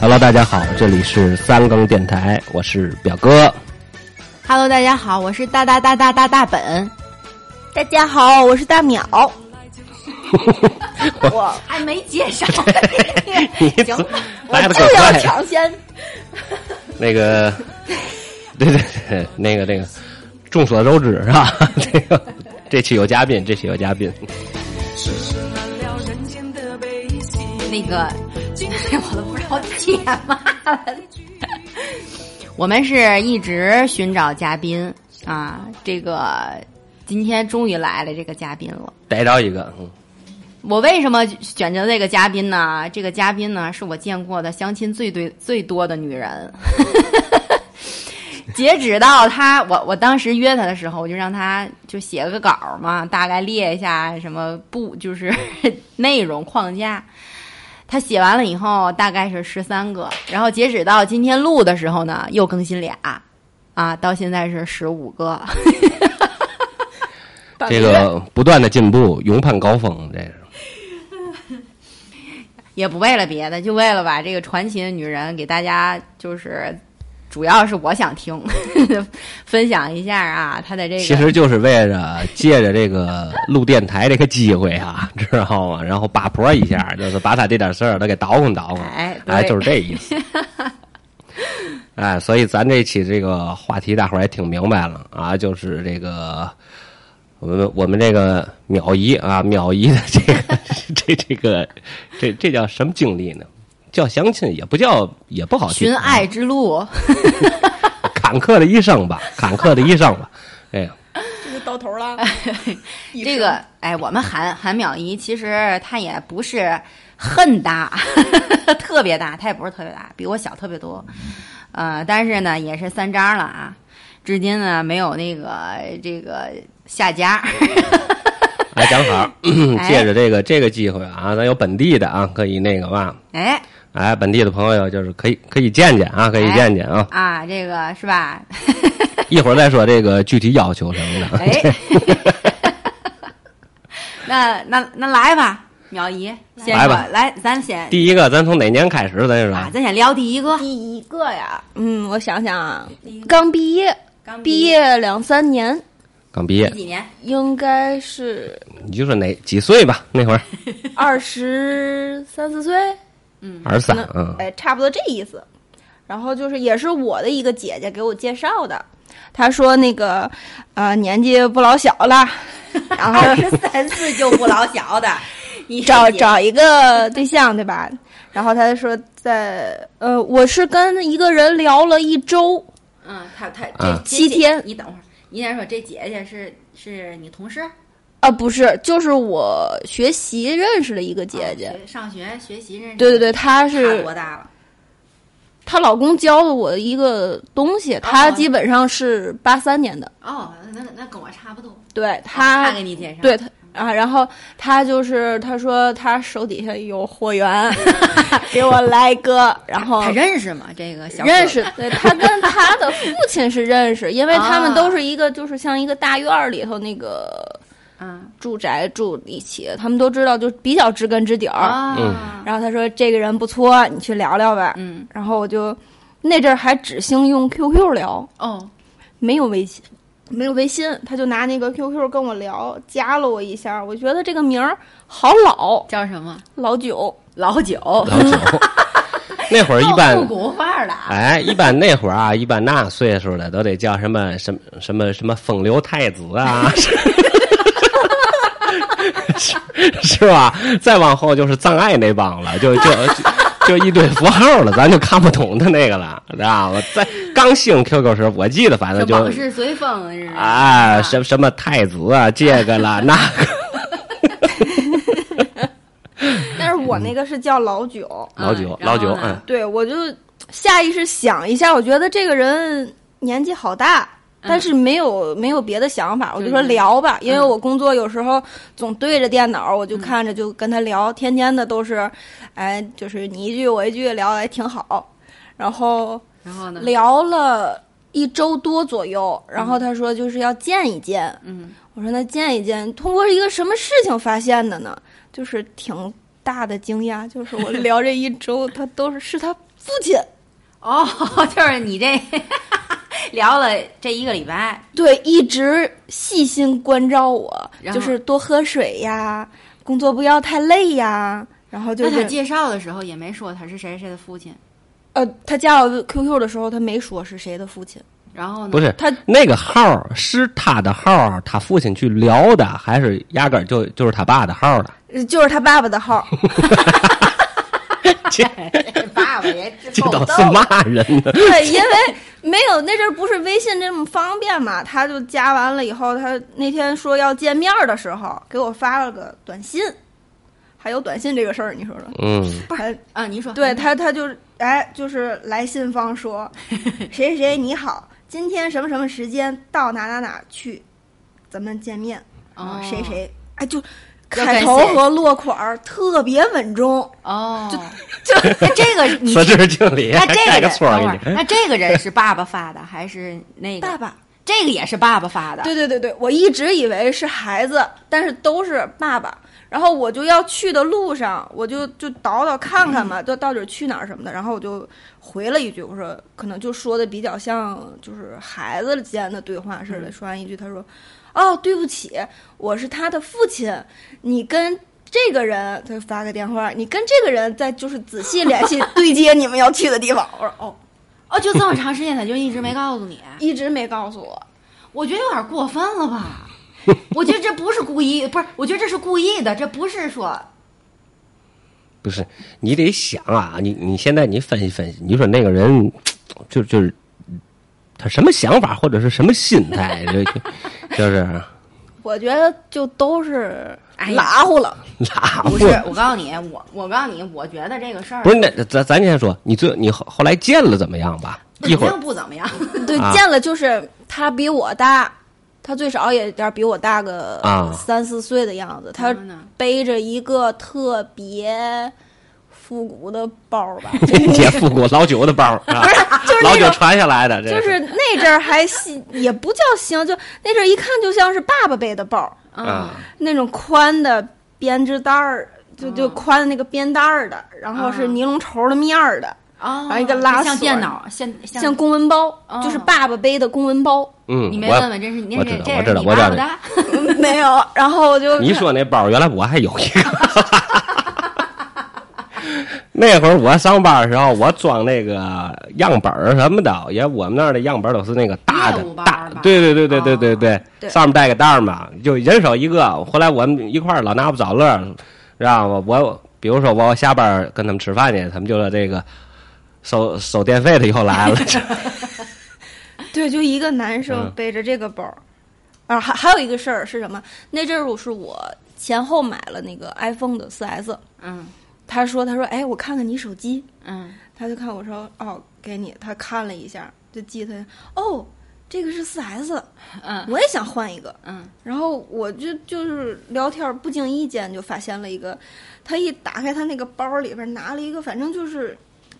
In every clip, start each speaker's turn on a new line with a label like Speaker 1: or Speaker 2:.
Speaker 1: Hello，大家好，这里是三更电台，我是表哥。
Speaker 2: Hello，大家好，我是大大大大大大本。
Speaker 3: 大家好，我是大淼。
Speaker 2: 我还没介绍，
Speaker 1: 你
Speaker 2: 行
Speaker 1: 怎么
Speaker 3: 我
Speaker 1: 来的
Speaker 3: 就
Speaker 1: 可
Speaker 3: 要
Speaker 1: 快呀！
Speaker 3: 抢先。
Speaker 1: 那 个，对对对，那个那个，众所周知是 吧？这个这期有嘉宾，这期有嘉宾，
Speaker 2: 那个我都不知道接嘛了。我们是一直寻找嘉宾啊，这个今天终于来了这个嘉宾了。
Speaker 1: 逮着一个，嗯
Speaker 2: 我为什么选择这个嘉宾呢？这个嘉宾呢，是我见过的相亲最对最多的女人。 截止到她，我我当时约她的时候，我就让她就写个稿嘛，大概列一下什么不就是内容框架。她写完了以后，大概是十三个，然后截止到今天录的时候呢，又更新俩，啊，到现在是十五个。
Speaker 1: 这个不断的进步，勇攀高峰，这是。
Speaker 2: 也不为了别的，就为了把这个传奇的女人给大家，就是主要是我想听， 分享一下啊，她的这个
Speaker 1: 其实就是为了借着这个录电台这个机会啊， 知道吗？然后把婆一下，就是把他这点事儿他给捣鼓捣鼓，
Speaker 2: 哎对
Speaker 1: 哎，就是这意 思。哎，所以咱这期这个话题，大伙儿也挺明白了啊，就是这个我们我们这个秒姨啊，秒姨的这个 这这个这这叫什么经历呢？叫相亲也不叫也不好听
Speaker 2: 寻爱之路，
Speaker 1: 坎坷的一生吧，坎坷的一生吧，哎呀。
Speaker 3: 这就到头了。
Speaker 2: 这个哎，我们韩韩淼姨其实她也不是恨大， 特别大，她也不是特别大，比我小特别多，呃，但是呢也是三张了啊，至今呢没有那个这个下家。
Speaker 1: 哎，正好
Speaker 2: 哎
Speaker 1: 借着这个这个机会啊，咱有本地的啊，可以那个嘛，
Speaker 2: 哎，
Speaker 1: 哎，本地的朋友就是可以可以见见啊，可以见见啊，
Speaker 2: 啊，这个是吧？
Speaker 1: 一会儿再说这个具体要求什么的。
Speaker 2: 哎， 那那那来吧，淼姨，先
Speaker 1: 来
Speaker 2: 说
Speaker 1: 吧
Speaker 2: 来，咱先
Speaker 1: 第一个，咱从哪年开始？咱就
Speaker 2: 啊，
Speaker 1: 说，
Speaker 2: 咱先聊第一个，
Speaker 3: 第一个呀，嗯，我想想啊，刚毕业，毕业两三年，
Speaker 1: 刚毕业
Speaker 2: 几，几年？
Speaker 3: 应该是
Speaker 1: 你就说哪几岁吧？那会儿
Speaker 3: 二十三四岁，
Speaker 2: 嗯
Speaker 1: 二十三
Speaker 3: 那
Speaker 1: 啊，
Speaker 3: 哎，差不多这意思。然后就是，也是我的一个姐姐给我介绍的，她说那个，呃，年纪不老小了， 然后
Speaker 2: 二十三四就不老小 的，你
Speaker 3: 找找一个对象，对吧？然后他说在呃，我是跟一个人聊了一周，
Speaker 2: 嗯，他他这
Speaker 1: 啊
Speaker 2: 这
Speaker 3: 七天
Speaker 2: 你等会儿，你先说这姐姐是是你同事
Speaker 3: 啊，不是，就是我学习认识的一个姐姐
Speaker 2: 啊。学上学学习认识，
Speaker 3: 对对对，，她
Speaker 2: 她
Speaker 3: 是
Speaker 2: 多大了？
Speaker 3: 她老公教的我一个东西，她
Speaker 2: 哦
Speaker 3: 基本上是八三年的，
Speaker 2: 哦，那那跟我差不多，
Speaker 3: 对
Speaker 2: 她
Speaker 3: 她
Speaker 2: 哦给你介绍，
Speaker 3: 对她啊，然后她就是她说她手底下有货 源，给我来一个，然后
Speaker 2: 她认识吗？这个小
Speaker 3: 认
Speaker 2: 哥
Speaker 3: 识，对他跟他的父亲是认识，因为他们都是一个就是像一个大院儿里头那个
Speaker 2: 啊
Speaker 3: 住宅住一起，他们都知道就比较知根知底儿。
Speaker 2: 啊，
Speaker 3: 然后他说这个人不错，你去聊聊吧。
Speaker 2: 嗯
Speaker 3: 然后我就那阵儿还只兴用 QQ 聊，
Speaker 2: 哦
Speaker 3: 没有微信，没有微信，他就拿那个 QQ 跟我聊，加了我一下，我觉得这个名儿好老
Speaker 2: 叫什么？
Speaker 3: 老九，
Speaker 2: 老九，
Speaker 1: 老九。 那会儿一般
Speaker 2: 复，古范儿的啊。
Speaker 1: 哎，一般那会儿啊，一般那岁数的都得叫什么什么什么什么风流太子啊， 是是吧？再往后就是障碍那帮了，就就就一堆符号了，咱就看不懂的那个了，知道吗？在刚兴 QQ 时，我记得反正
Speaker 2: 这
Speaker 1: 就
Speaker 2: 往事随风是吧？
Speaker 1: 啊，
Speaker 2: 是吧
Speaker 1: 什什么太子啊，这个啦那个，
Speaker 3: 但是我那个是叫老九。
Speaker 1: 老九
Speaker 2: 啊然后
Speaker 1: 老九，
Speaker 2: 呢
Speaker 1: 嗯，
Speaker 3: 对，我就下意识想一下，我觉得这个人年纪好大，但是没有没有别的想法，我就说
Speaker 2: 嗯对对嗯
Speaker 3: 聊吧，因为我工作有时候总对着电脑，我就看着就跟他聊，天天的都是，哎，就是你一句我一句聊，还挺好。然后
Speaker 2: 然后呢？
Speaker 3: 聊了一周多左右，然后他说就是要见一见，
Speaker 2: 嗯，
Speaker 3: 我说那见一见，通过一个什么事情发现的呢？就是挺大的惊讶，就是我聊这一周，他都是是他父亲，
Speaker 2: 哦，就是你这 聊了这一个礼拜，
Speaker 3: 对，一直细心关照我，
Speaker 2: 然后
Speaker 3: 就是多喝水呀，工作不要太累呀，然后就
Speaker 2: 那他
Speaker 3: 是
Speaker 2: 介绍的时候也没说他是谁谁的父亲，
Speaker 3: 呃，他加我 QQ 的时候，他没说是谁的父亲，
Speaker 2: 然后呢？
Speaker 1: 不是
Speaker 3: 他
Speaker 1: 那个号儿是他的号儿，他父亲去聊的，还是压根儿就就是他爸的号儿的？
Speaker 3: 呃就是他爸爸的号，
Speaker 2: 爸爸也
Speaker 1: 这倒是骂人 的。
Speaker 3: 对，因为没有那阵儿不是微信这么方便嘛，他就加完了以后，他那天说要见面儿的时候，给我发了个短信，还有短信这个事儿，你说 说，
Speaker 1: 嗯，
Speaker 3: 不是？
Speaker 2: 啊，你说
Speaker 3: 对他，他就哎，就是来信方 说，谁谁谁你好，今天什么什么时间到哪哪哪去，咱们见面，
Speaker 2: 哦
Speaker 3: 啊，谁谁哎就。
Speaker 2: 要
Speaker 3: 开
Speaker 2: 感
Speaker 3: 头
Speaker 2: 谢
Speaker 3: 和落款儿特别稳重，
Speaker 2: 哦，就那这 个你
Speaker 1: 说这是经理，
Speaker 2: 那
Speaker 1: 还
Speaker 2: 这
Speaker 1: 盖
Speaker 2: 个
Speaker 1: 个
Speaker 2: 人
Speaker 1: 戳儿
Speaker 2: 等会儿
Speaker 1: 给你。
Speaker 2: 那这个人是爸爸发的还是那个
Speaker 3: 爸？爸
Speaker 2: 这个也是爸爸发的，
Speaker 3: 对对对对，我一直以为是孩子，但是都是爸爸。然后我就要去的路上，我就就倒倒看看嘛，就到底去哪儿什么的。然后我就回了一句，我说可能就说的比较像就是孩子之间的对话似的。
Speaker 2: 嗯
Speaker 3: 说完一句，他说：“哦，对不起，我是他的父亲，你跟。”这个人，他就发个电话，你跟这个人再就是仔细联系对接你们要去的地方。我说哦，
Speaker 2: 哦，就这么长时间，他就一直没告诉你，啊
Speaker 3: 一直没告诉我，
Speaker 2: 我觉得有点过分了吧？ 我觉得这不是故意，不是，我觉得这是故意的，这不是说
Speaker 1: 啊不是，你得想啊，你你现在你分析分析，你说那个人，就就是他什么想法或者是什么心态，就就就是
Speaker 3: 我觉得就都是
Speaker 2: 哎呀
Speaker 3: 拉呼了。
Speaker 1: 拉
Speaker 2: 不是。我告诉你，我我告诉你，我觉得这个事儿
Speaker 1: 不是那咱咱先说，你最你后后来见了怎么样吧？一会
Speaker 2: 肯
Speaker 1: 儿
Speaker 2: 定不怎么 样。
Speaker 3: 对，
Speaker 1: 啊
Speaker 3: 见了就是他比我大，他最少也得比我大个
Speaker 1: 啊
Speaker 3: 三四岁的样子。他
Speaker 2: 然后呢
Speaker 3: 背着一个特别复古的包儿 吧，
Speaker 1: 也复古老九的包儿，啊
Speaker 3: 不是，就是
Speaker 1: 老
Speaker 3: 那
Speaker 1: 九
Speaker 3: 种。
Speaker 1: 传下来的，这
Speaker 3: 就是那阵儿还新，也不叫新，就那阵儿一看就像是爸爸背的包儿，
Speaker 2: 嗯，
Speaker 1: 啊
Speaker 3: 那种宽的编织袋儿，就就
Speaker 2: 嗯
Speaker 3: 宽的那个编带儿的，然后是
Speaker 2: 嗯
Speaker 3: 尼龙绸的面儿的，
Speaker 2: 哦，
Speaker 3: 后一个拉
Speaker 2: 像
Speaker 3: 锁
Speaker 2: 电脑，像
Speaker 3: 像公文包，
Speaker 2: 哦
Speaker 3: 就是爸爸背的公文包，
Speaker 1: 嗯，
Speaker 2: 你没
Speaker 1: 我
Speaker 2: 问问，这是你
Speaker 1: 我
Speaker 2: 这
Speaker 1: 知道
Speaker 2: 这
Speaker 1: 我
Speaker 2: 人
Speaker 1: 知道
Speaker 2: 你
Speaker 1: 我知道
Speaker 2: 爸爸的？
Speaker 3: 没有。然后 我就
Speaker 1: 你说那包，原来我还有一个。 那会儿我上班的时候，我装那个样本儿什么的，也我们那儿的样本儿都是那个大的
Speaker 2: 业务包
Speaker 1: 大
Speaker 2: 儿吧，哦
Speaker 1: 对对对对对对对，
Speaker 3: 对
Speaker 1: 上面带个袋儿嘛，就人手一个。后来我们一块儿老拿不着乐儿，知道吗？我比如说我下班儿跟他们吃饭去，他们就说这个收收电费的又来了，
Speaker 3: 对，就一个男
Speaker 1: 嗯
Speaker 3: 生背着这个包儿，啊，还还有一个事儿是什么？那阵儿我是我前后买了那个 iPhone 的 4S，
Speaker 2: 嗯
Speaker 3: 他说他说哎，我看看你手机，
Speaker 2: 嗯，
Speaker 3: 他就看我说哦，给你，他看了一下就记他哦，这个是 4S，
Speaker 2: 嗯
Speaker 3: 我也想换一个，
Speaker 2: 嗯，
Speaker 3: 然后我就就是聊天儿，不经意间就发现了一个，他一打开他那个包儿里边儿拿了一个，反正就是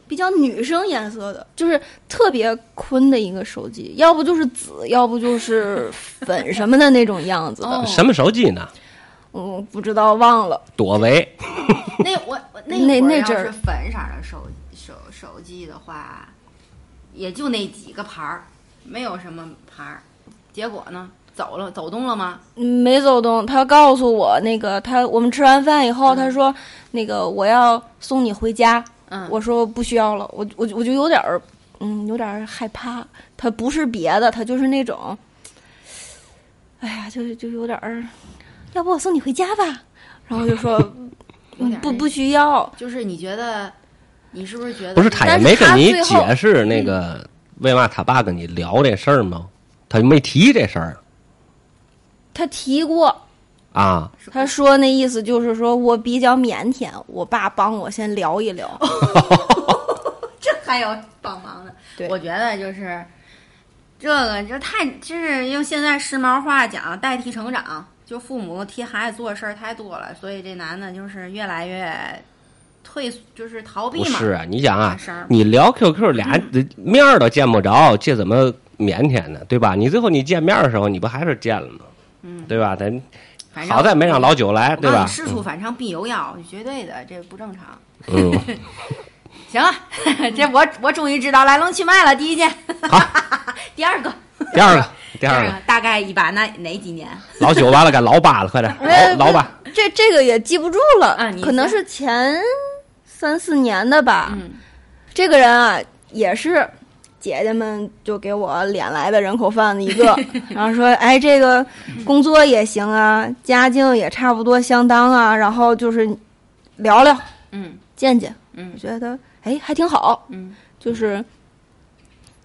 Speaker 3: 比较女生颜色的，就是特别坤的一个手机，要不就是紫，要不就是粉什么的那种样子的
Speaker 2: 哦，
Speaker 1: 什么手机呢？
Speaker 3: 嗯，不知道忘了。
Speaker 1: 朵唯，
Speaker 2: 那我我那
Speaker 3: 那
Speaker 2: 会儿
Speaker 3: 那
Speaker 2: 要
Speaker 3: 阵儿
Speaker 2: 是粉色的手手手机的话，也就那几个牌儿，没有什么牌儿。结果呢，走了走动了吗？
Speaker 3: 嗯没走动，他告诉我那个他我们吃完饭以后，他说那个我要送你回家，
Speaker 2: 嗯，
Speaker 3: 我说不需要了，我我我就有点儿，嗯，有点儿害怕。他不是别的，他就是那种，哎呀，就是就有点儿，要不我送你回家吧。然后就说 嗯
Speaker 2: 有点儿
Speaker 3: 不
Speaker 2: 那
Speaker 3: 不需要，
Speaker 2: 就是你觉得，你是不是觉得
Speaker 1: 不是他也
Speaker 3: 呃但是
Speaker 1: 没跟
Speaker 3: 他
Speaker 1: 你
Speaker 3: 最后嗯
Speaker 1: 解释那个为嘛他爸跟你聊这事儿吗？他没提这事儿
Speaker 3: 他提过，
Speaker 1: 啊，
Speaker 3: 他说那意思就是说我比较腼腆，我爸帮我先聊一聊。
Speaker 2: 哦这还有帮忙的？
Speaker 3: 对
Speaker 2: 我觉得就是这个就太就是用现在时髦话讲，代替成长。就父母替孩子做的事儿太多了，所以这男的就是越来越退，就是逃避
Speaker 1: 不
Speaker 2: 嘛。
Speaker 1: 是啊，你想啊
Speaker 2: 啥事儿，
Speaker 1: 你聊 QQ 俩面儿都见不着，这怎么腼腆呢？对吧？你最后你见面儿的时候，你不还是见了吗？
Speaker 2: 嗯
Speaker 1: 对吧？咱
Speaker 2: 反正
Speaker 1: 好在没让老九来，
Speaker 2: 我
Speaker 1: 对
Speaker 2: 告诉你
Speaker 3: 啊
Speaker 1: 吧？
Speaker 2: 事出反常必有妖，绝对的，这不正常。
Speaker 1: 嗯，
Speaker 2: 行了， 这我我终于知道来龙去脉了。第一件，
Speaker 1: 好，
Speaker 2: 第二个，
Speaker 1: 第二个，第
Speaker 2: 第
Speaker 1: 二
Speaker 2: 二
Speaker 1: 个 啊
Speaker 2: 个，大概一把那哪几年？
Speaker 1: 老九完了，该老八了，快点，
Speaker 3: 哎
Speaker 1: 老老八。
Speaker 3: 这这个也记不住了，
Speaker 2: 啊你
Speaker 3: 可能
Speaker 2: 先
Speaker 3: 是前三四年的吧。
Speaker 2: 嗯
Speaker 3: 这个人啊，也是姐姐们就给我敛来的人口贩子一个，然后说，哎，这个工作也行啊，家境也差不多相当啊，然后就是聊聊
Speaker 2: 嗯
Speaker 3: 见见，
Speaker 2: 嗯
Speaker 3: 我觉得哎还挺好，
Speaker 2: 嗯
Speaker 3: 就是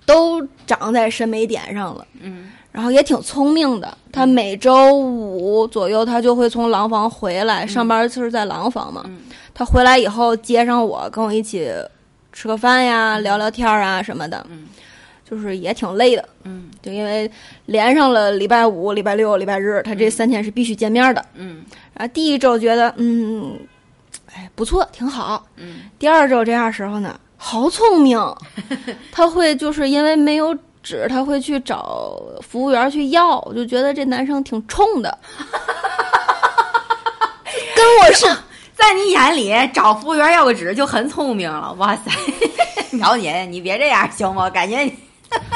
Speaker 3: 都长在审美点上了。
Speaker 2: 嗯
Speaker 3: 然后也挺聪明的，他每周五左右他就会从廊坊回来，上班就是在廊坊嘛。
Speaker 2: 嗯
Speaker 3: 他回来以后接上我，跟我一起吃个饭呀，聊聊天儿啊什么的，
Speaker 2: 嗯
Speaker 3: 就是也挺累的，
Speaker 2: 嗯
Speaker 3: 就因为连上了礼拜五、礼拜六、礼拜日，他这三天是必须见面的。
Speaker 2: 嗯
Speaker 3: 然后第一周觉得嗯，哎不错，挺好。
Speaker 2: 嗯
Speaker 3: 第二周这样时候呢，好聪明，他会就是因为没有纸，他会去找服务员去要，我就觉得这男生挺冲的，跟我是
Speaker 2: 在你眼里找服务员要个纸就很聪明了。哇塞， 苗姐，你别这样行吗？感觉你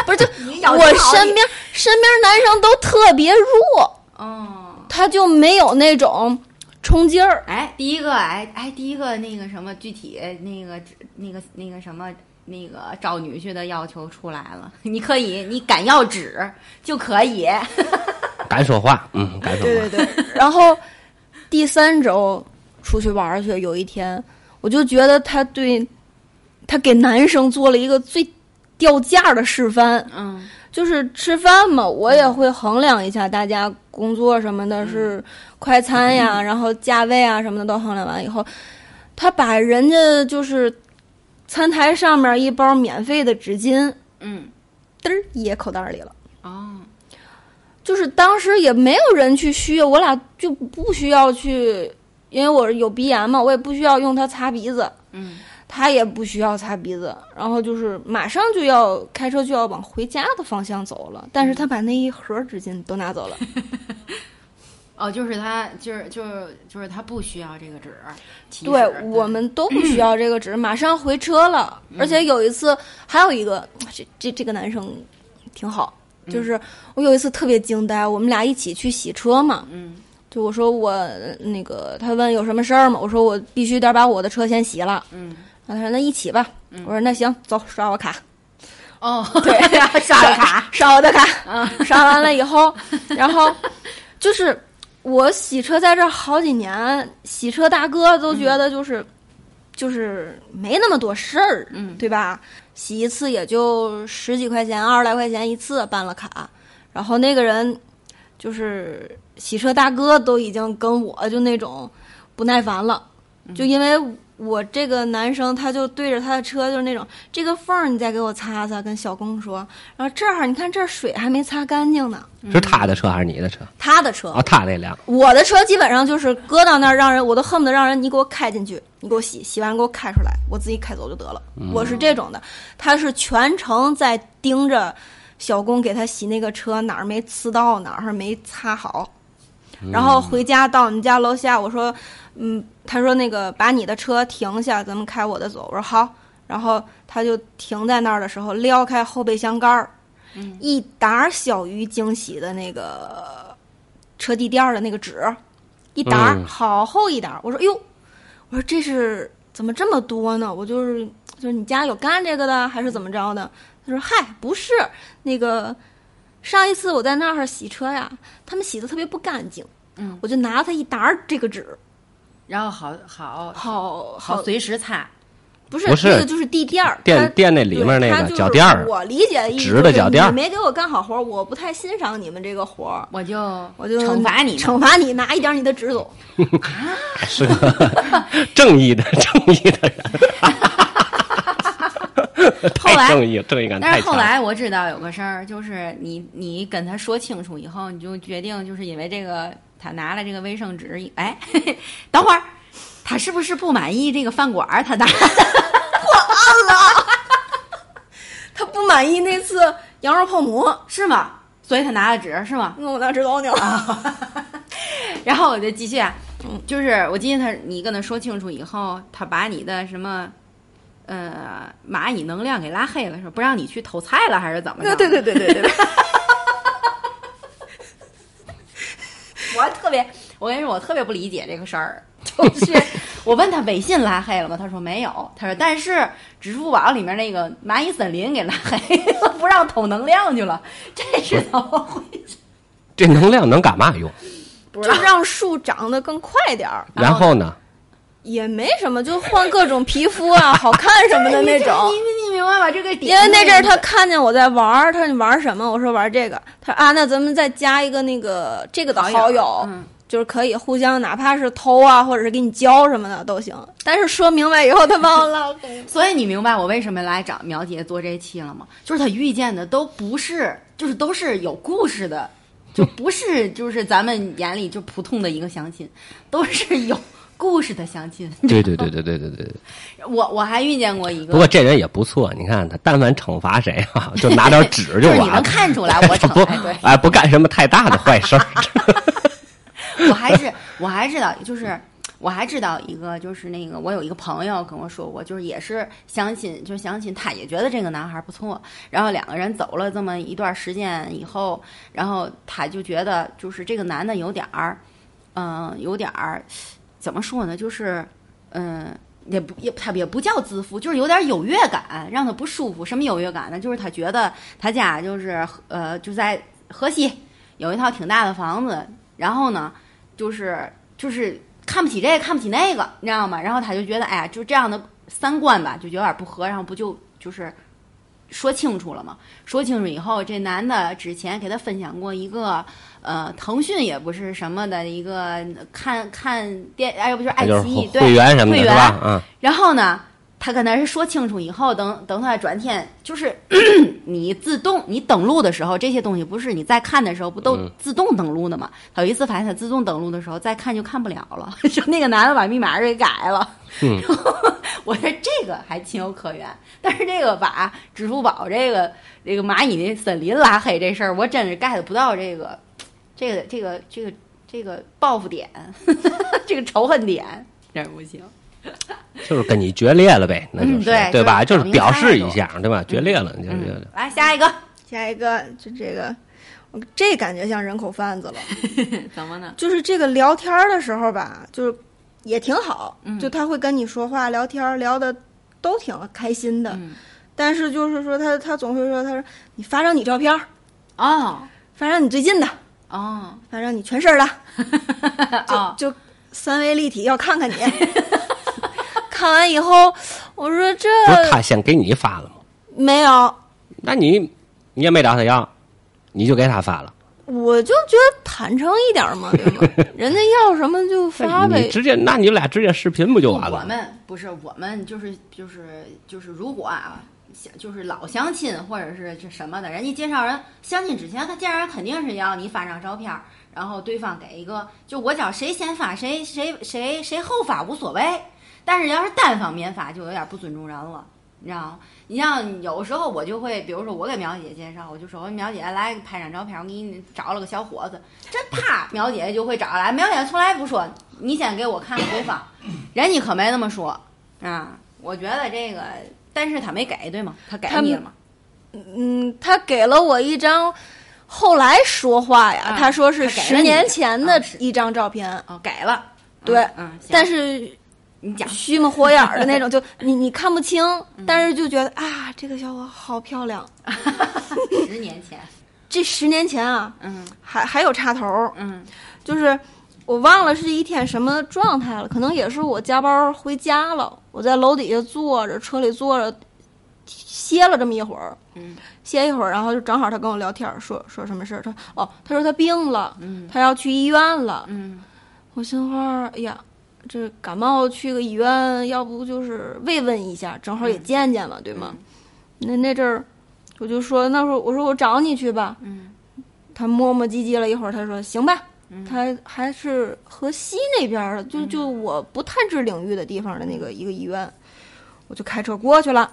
Speaker 3: 不是就
Speaker 2: 你咬
Speaker 3: 我
Speaker 2: 得好
Speaker 3: 身
Speaker 2: 你
Speaker 3: 边身边男生都特别弱，
Speaker 2: 哦。
Speaker 3: 他就没有那种冲劲儿。
Speaker 2: 哎，第一个，哎哎，第一个那个什么具体那个那个那个什么那个找女婿的要求出来了， 你可以，你敢要纸就可以。
Speaker 1: 敢说话，嗯，敢说话。
Speaker 3: 对对。然后第三周出去玩儿去，有一天我就觉得他对他给男生做了一个最掉价儿的示范，
Speaker 2: 嗯
Speaker 3: 就是吃饭嘛，我也会衡量一下大家工作什么的，是快餐呀，然后价位啊什么的都衡量完以后，他把人家就是餐台上面一包免费的纸巾，
Speaker 2: 嗯，
Speaker 3: 嘚儿掖口袋里了。
Speaker 2: 哦，
Speaker 3: 就是当时也没有人去需要，我俩就不需要去，因为我有鼻炎嘛，我也不需要用它擦鼻子，
Speaker 2: 嗯
Speaker 3: 他也不需要擦鼻子，然后就是马上就要开车就要往回家的方向走了，但是他把那一盒纸巾都拿走了，
Speaker 2: 哦，就是他，就是就是就是他不需要这个纸。其实
Speaker 3: 对我，们都不需要这个纸，马上回车了。而且有一次还有一个，这这这个男生挺好，就是我有一次特别惊呆，我们俩一起去洗车嘛，
Speaker 2: 嗯
Speaker 3: 就我说我那个，他问有什么事儿吗？我说我必须得把我的车先洗了。
Speaker 2: 嗯，
Speaker 3: 然后他说那一起吧。我说那行，走刷我卡，
Speaker 2: 哦，对， 刷个卡， 嗯
Speaker 3: 刷我的卡。刷完了以 后，然后就是我洗车在这儿好几年，洗车大哥都
Speaker 2: 嗯
Speaker 3: 觉得就是、就是没那么多事儿，
Speaker 2: 嗯
Speaker 3: 对吧？洗一次也就十几块钱、二十来块钱一次，办了卡。然后那个人就是洗车大哥都已经跟我就那种不耐烦了，就因为我这个男生，他就对着他的车就是那种这个缝儿你再给我擦擦，跟小工说，然后这儿你看这儿水还没擦干净呢，
Speaker 1: 是他的车还是你的车？
Speaker 3: 他的车
Speaker 1: 啊，他那辆。
Speaker 3: 我的车基本上就是搁到那儿，让人我都恨不得让人你给我开进去，你给我洗，洗完给我开出来，我自己开走就得了。我是这种的，他是全程在盯着小工给他洗那个车哪儿没呲到，哪儿没擦好。然后回家到我们家楼下，我说，嗯，他说那个把你的车停下，咱们开我的走。我说好，然后他就停在那儿的时候，撩开后备箱盖儿，一沓小鱼惊喜的那个车地垫儿的那个纸，一沓儿、
Speaker 1: 嗯
Speaker 3: 好厚一沓儿。我说哟，哎我说这是怎么这么多呢？我就是就是你家有干这个的还是怎么着的？他说嗨，不是那个上一次我在那儿洗车呀，他们洗的特别不干净。
Speaker 2: 嗯，
Speaker 3: 我就拿他一沓儿这个纸，
Speaker 2: 然后好好
Speaker 3: 好
Speaker 2: 好随时擦。
Speaker 3: 不是
Speaker 1: 不是
Speaker 3: 那个就是地垫儿，
Speaker 1: 垫
Speaker 3: 它
Speaker 1: 垫那里面那
Speaker 3: 对
Speaker 1: 个
Speaker 3: 它就是
Speaker 1: 脚垫儿
Speaker 3: 我理解的意思
Speaker 1: 直的脚垫儿
Speaker 3: 就是你没给我干好活儿，我不太欣赏你们这个活儿，
Speaker 2: 我就
Speaker 3: 我就
Speaker 2: 惩罚你，
Speaker 3: 惩罚你，拿一点儿你的纸走。
Speaker 1: 是个 正义的正义的人，
Speaker 2: 后
Speaker 1: 太
Speaker 2: 来
Speaker 1: 正义正义感
Speaker 2: 但
Speaker 1: 太
Speaker 2: 是后
Speaker 1: 强了。
Speaker 2: 来我知道有个事儿，就是你你跟他说清楚以后， 你就决定就是因为这个他拿了这个卫生纸以，哎，等会儿他是不是不满意这个饭馆儿他打？
Speaker 3: 他不满意那次羊肉泡馍，
Speaker 2: 是吗？所以他拿了纸是吗？
Speaker 3: 那我哪知道呢？啊
Speaker 2: 然后我就继续啊，就是我记得他，你跟他说清楚以后，他把你的什么，呃，蚂蚁能量给拉黑了，说不让你去偷菜了，还是怎么着？
Speaker 3: 对对对对对对，
Speaker 2: 我特别，我跟你说，我特别不理解这个事儿。 就是我问他微信拉黑了吗？他说没有。他说但是支付宝里面那个蚂蚁森林给拉黑了，不让偷能量去了。这是怎么回事？
Speaker 1: 这能量能干嘛用？
Speaker 2: 不
Speaker 3: 就让树长得更快点儿，
Speaker 1: 然后呢？
Speaker 3: 也没什么，就换各种皮肤啊，好看什么的那种。
Speaker 2: 你你你明白吧？这个点
Speaker 3: 因为那阵儿他看见我在玩儿，他说你玩什么？我说玩这个。他说啊，那咱们再加一个那个这个的好友，
Speaker 2: 嗯
Speaker 3: 就是可以互相，哪怕是偷啊，或者是给你教什么的都行。但是说明白以后，他把 我拉黑。
Speaker 2: 所以你明白我为什么来找苗姐做这期了吗？就是她遇见的都不是，就是都是有故事的，就不是就是咱们眼里就普通的一个相亲，都是有故事的相亲。
Speaker 1: 对对对对对对对对。
Speaker 2: 我我还遇见过一个，
Speaker 1: 不过这人也不错，你看他，但凡惩罚谁啊， 就拿点纸
Speaker 2: 就是
Speaker 1: 完
Speaker 2: 你能
Speaker 1: 了。
Speaker 2: 看出来 我
Speaker 1: 他啊
Speaker 2: 惩
Speaker 1: 不
Speaker 2: 罚对。
Speaker 1: 哎，不干什么太大的坏事 儿。
Speaker 2: 我还是我还知道，就是我还知道一个，就是那个我有一个朋友跟我说过，就是也是相亲，就是相亲，他也觉得这个男孩不错，然后两个人走了这么一段时间以后，然后他就觉得就是这个男的有点儿，嗯、有点儿怎么说呢，就是嗯。也不也他也不叫自负，就是有点优越感，让他不舒服。什么优越感呢？就是他觉得他家就是呃就在河西有一套挺大的房子，然后呢，就是就是看不起这个，看不起那个，你知道吗？然后他就觉得，哎呀，就这样的三观吧，就有点不合，然后不就就是说清楚了嘛？说清楚以后，这男的之前给他分享过一个，呃，腾讯也不是什么的一个呃看看电，哎，不就是爱
Speaker 1: 就是
Speaker 2: 奇艺
Speaker 1: 会
Speaker 2: 对，
Speaker 1: 员什么的，
Speaker 2: 会
Speaker 1: 是
Speaker 2: 员
Speaker 1: 吧？嗯，
Speaker 2: 然后呢，他跟他说清楚以后，等等他转天，就是 你自动你登录的时候，这些东西不是你在看的时候不都
Speaker 1: 嗯
Speaker 2: 自动登录的吗？他有一次发现他自动登录的时候，再看就看不了了， 就那个男的把密码给改了。
Speaker 1: 嗯
Speaker 2: 我说这个还情有可原，但是这个把支付宝这个这个蚂蚁森林拉黑这事儿，我真是 get 不到这个这个这个这个这个报复点， 这个仇恨点，真是不行。
Speaker 1: 就是跟你决裂了呗，那就
Speaker 2: 嗯
Speaker 1: 是
Speaker 2: 对
Speaker 1: 对吧？
Speaker 2: 就
Speaker 1: 就是是表示一下，对吧？决裂了，就是
Speaker 2: 嗯，来下一个，
Speaker 3: 下一个就这个，我这感觉像人口贩子了。
Speaker 2: 怎么呢？
Speaker 3: 就是这个聊天儿的时候吧，就是也挺好，
Speaker 2: 嗯
Speaker 3: 就他会跟你说话聊天儿，聊的都挺开心的。
Speaker 2: 嗯，
Speaker 3: 但是就是说他他总会说，他说你发张你照片儿，
Speaker 2: 哦
Speaker 3: 发张你最近的，
Speaker 2: 哦
Speaker 3: 发张你全身儿 的，
Speaker 2: 哦，
Speaker 3: 就三维立体要 看看你。看完以后，我说这
Speaker 1: 不是他先给你发了吗？
Speaker 3: 没有，
Speaker 1: 那你你也没找他要，你就给他发了，
Speaker 3: 我就觉得坦诚一点儿嘛，对 吗？人家要什么就发
Speaker 1: 那你
Speaker 3: 呗。
Speaker 1: 直接，那你俩直接视频不就完
Speaker 2: 我
Speaker 1: 了吗？
Speaker 2: 们不是我们就是就是就是如果啊。相就是老相亲或者是这什么的，人家介绍人相亲之前，他介绍人肯定是要你发张照片儿，然后对方给一个，就我叫谁先发谁谁谁谁后发无所谓，但是要是单方面发就有点不尊重人了，你知道吗？你像有时候我就会，比如说我给苗姐介绍，我就说苗姐来拍张照片，我给你找了个小伙子，这啪，苗姐就会找来。苗姐从来不说你先给我看看对方，人家可没那么说啊。我觉得这个，但是他没给对吗？他给
Speaker 3: 他
Speaker 2: 你了吗？
Speaker 3: 嗯，他给了我一张，后来说话呀，
Speaker 2: 啊
Speaker 3: 他说是
Speaker 2: 他给了
Speaker 3: 十
Speaker 2: 你
Speaker 3: 年前
Speaker 2: 啊
Speaker 3: 的
Speaker 2: 是
Speaker 3: 一张照片，
Speaker 2: 哦，给了。
Speaker 3: 对
Speaker 2: 嗯，嗯行
Speaker 3: 但是
Speaker 2: 你讲，
Speaker 3: 虚嘛火眼儿的那种，就你你看不清，
Speaker 2: 嗯
Speaker 3: 但是就觉得啊，这个小伙好漂亮。
Speaker 2: 十年前，
Speaker 3: 这十年前啊，
Speaker 2: 嗯
Speaker 3: 还还有插头儿，
Speaker 2: 嗯
Speaker 3: 就是我忘了是一天什么状态了，可能也是我加班儿回家了，我在楼底下坐着，车里坐着，歇了这么一会儿，
Speaker 2: 嗯
Speaker 3: 歇一会儿，然后就正好他跟我聊天儿，说说什么事儿，他说哦，他说他病了，
Speaker 2: 嗯
Speaker 3: 他要去医院了，
Speaker 2: 嗯
Speaker 3: 我心话，哎呀。这感冒去个医院，要不就是慰问一下，正好也
Speaker 2: 嗯
Speaker 3: 见见嘛，对吗？那那阵儿，我就说，那时候我说我找你去吧，
Speaker 2: 嗯
Speaker 3: 他磨磨唧唧了一会儿，他说行吧，他还是河西那边儿的，就就我不探知领域的地方的那个一个医院，我就开车过去了。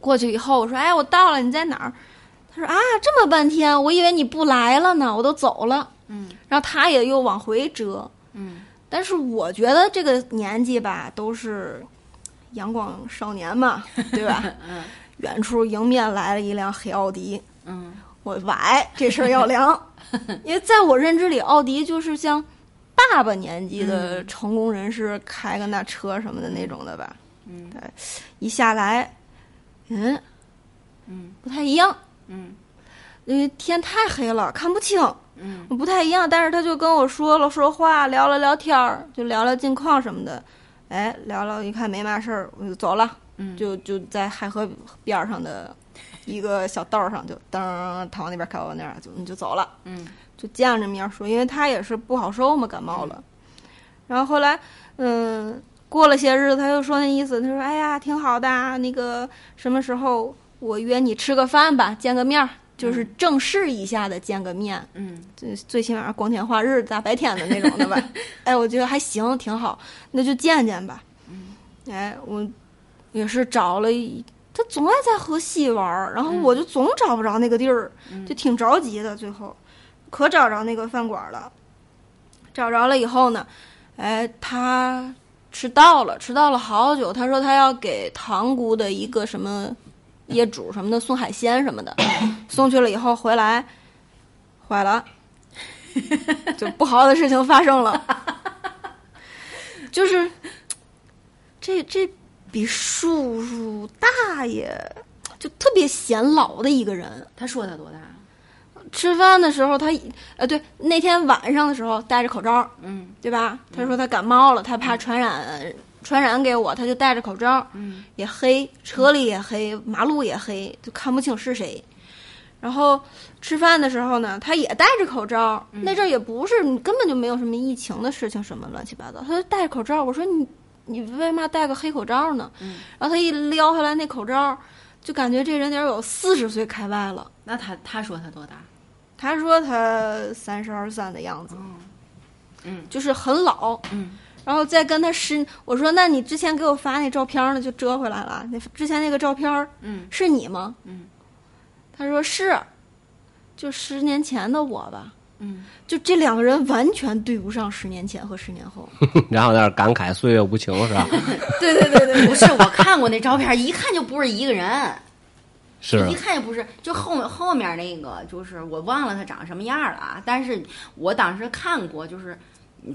Speaker 3: 过去以后，我说：“哎，我到了，你在哪儿？”他说：“啊，这么半天，我以为你不来了呢，我都走了。”
Speaker 2: 嗯，
Speaker 3: 然后他也又往回折。
Speaker 2: 嗯，
Speaker 3: 但是我觉得这个年纪吧，都是阳光少年嘛，对吧？
Speaker 2: 嗯
Speaker 3: 远处迎面来了一辆黑奥迪，
Speaker 2: 嗯
Speaker 3: 我崴，这事儿要凉。因为在我认知里，奥迪就是像爸爸年纪的成功人士开个那车什么的那种的吧。
Speaker 2: 嗯
Speaker 3: 对，一下来，嗯，
Speaker 2: 嗯
Speaker 3: 不太一样，
Speaker 2: 嗯
Speaker 3: 因为天太黑了，看不清，
Speaker 2: 嗯
Speaker 3: 不太一样。但是他就跟我说了说话，聊了聊天儿，就聊聊近况什么的。哎，聊聊一看没嘛事儿，我就走了。
Speaker 2: 嗯，
Speaker 3: 就就在海河边儿上的一个小道儿上，就噔，他往那边开，我往那边就你就走了，
Speaker 2: 嗯
Speaker 3: 就见着面儿说，因为他也是不好受嘛，感冒了。然后后来，嗯，过了些日子，他又说那意思，他说：“哎呀，挺好的啊，那个什么时候我约你吃个饭吧，见个面儿，就是正式一下的见个面。”
Speaker 2: 嗯
Speaker 3: 最最起码光天化日、大白天的那种的吧。哎，我觉得还行，挺好，那就见见吧。哎，我也是找了一，他总爱在河西玩儿，然后我就总找不着那个地儿，
Speaker 2: 嗯
Speaker 3: 就挺着急的。最后，可找着那个饭馆了，找着了以后呢，哎，他迟到了，迟到了好久。他说他要给塘沽的一个什么业主什么的送海鲜什么的，送去了以后回来，坏了，就不好的事情发生了，就是这这比叔叔大爷就特别显老的一个人。
Speaker 2: 他说他多大？啊
Speaker 3: 吃饭的时候他呃对那天晚上的时候戴着口罩，
Speaker 2: 嗯
Speaker 3: 对吧？他说他感冒了，他怕传染传染给我，他就戴着口罩，
Speaker 2: 嗯
Speaker 3: 也黑，车里也黑，马路也黑，就看不清是谁。然后吃饭的时候呢，他也戴着口罩，那阵儿也不是你根本就没有什么疫情的事情，什么乱七八糟，他就戴着口罩。我说你你为嘛戴个黑口罩呢？
Speaker 2: 嗯
Speaker 3: 然后他一撩下来那口罩，就感觉这人得有四十岁开外了。
Speaker 2: 那他他说他多大？
Speaker 3: 他说他三十二三的样子，
Speaker 2: 哦嗯
Speaker 3: 就是很老，
Speaker 2: 嗯
Speaker 3: 然后再跟他十，我说那你之前给我发那照片儿呢，就遮回来了。那之前那个照片儿
Speaker 2: 嗯
Speaker 3: 是你吗？
Speaker 2: 嗯
Speaker 3: 他说是，就十年前的我吧。
Speaker 2: 嗯
Speaker 3: 就这两个人完全对不上十年前和十年后。
Speaker 1: 然后在那儿感慨岁月无情是吧？
Speaker 3: 对对对对，
Speaker 2: 不是，我看过那照片，一看就不是一个人。
Speaker 1: 是啊
Speaker 2: 一看也不是，就后面后面那个就是我忘了他长什么样了啊，但是我当时看过，就是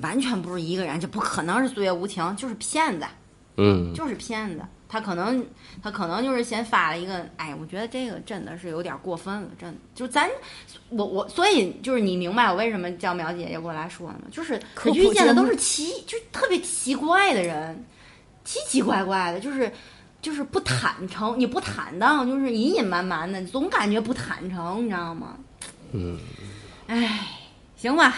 Speaker 2: 完全不是一个人，这不可能是岁月无情，就是骗子，
Speaker 1: 嗯，
Speaker 2: 就是骗子。他可能他可能就是先发了一个，哎，我觉得这个真的是有点过分了，真的就咱我我所以就是你明白我为什么叫苗姐姐过来说了吗？就是
Speaker 3: 科
Speaker 2: 我
Speaker 3: 普
Speaker 2: 遇见的
Speaker 3: 节
Speaker 2: 都
Speaker 3: 目
Speaker 2: 是奇，就是特别奇怪的人，奇奇怪怪的，就是就是不坦诚，你不坦荡，就是隐隐瞒瞒的，你总感觉不坦诚，你知道吗？嗯，哎，行吧。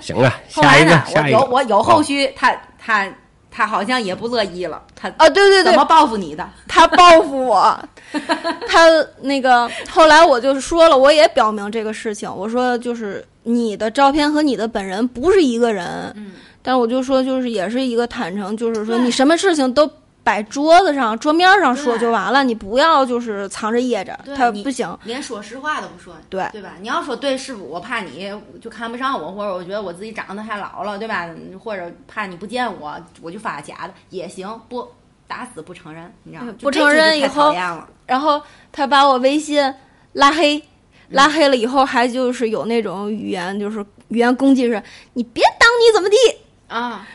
Speaker 1: 行啊，
Speaker 2: 后
Speaker 1: 下
Speaker 2: 来
Speaker 1: 一个
Speaker 2: 呢，
Speaker 1: 下
Speaker 2: 我
Speaker 1: 一个
Speaker 2: 有我有
Speaker 1: 好
Speaker 2: 后续，他他他好像也不乐意了，他
Speaker 3: 啊，对对
Speaker 2: 怎
Speaker 3: 对
Speaker 2: 么，报复你的？
Speaker 3: 他报复我， 他那个后来我就是说了，我也表明这个事情，我说就是你的照片和你的本人不是一个人，
Speaker 2: 嗯，
Speaker 3: 但是我就说就是也是一个坦诚，就是说
Speaker 2: 对
Speaker 3: 你什么事情都摆桌子上、桌面上说
Speaker 2: 对
Speaker 3: 就完了，你不要就是藏着掖着
Speaker 2: 对，
Speaker 3: 他
Speaker 2: 你
Speaker 3: 不行，
Speaker 2: 连说实话都不说，
Speaker 3: 对
Speaker 2: 对吧？你要说对是不？我怕你就看不上我，或者我觉得我自己长得太老了，对吧？或者怕你不见我，我就发假的也行，不打死不承认，你知道吗
Speaker 3: 嗯？
Speaker 2: 就这
Speaker 3: 不承认
Speaker 2: 就太
Speaker 3: 以后
Speaker 2: 讨厌了，
Speaker 3: 然后他把我微信拉
Speaker 2: 嗯
Speaker 3: 黑，拉黑了以后还就是有那种语言就是语言攻击是，你别当你怎么地，
Speaker 2: 啊，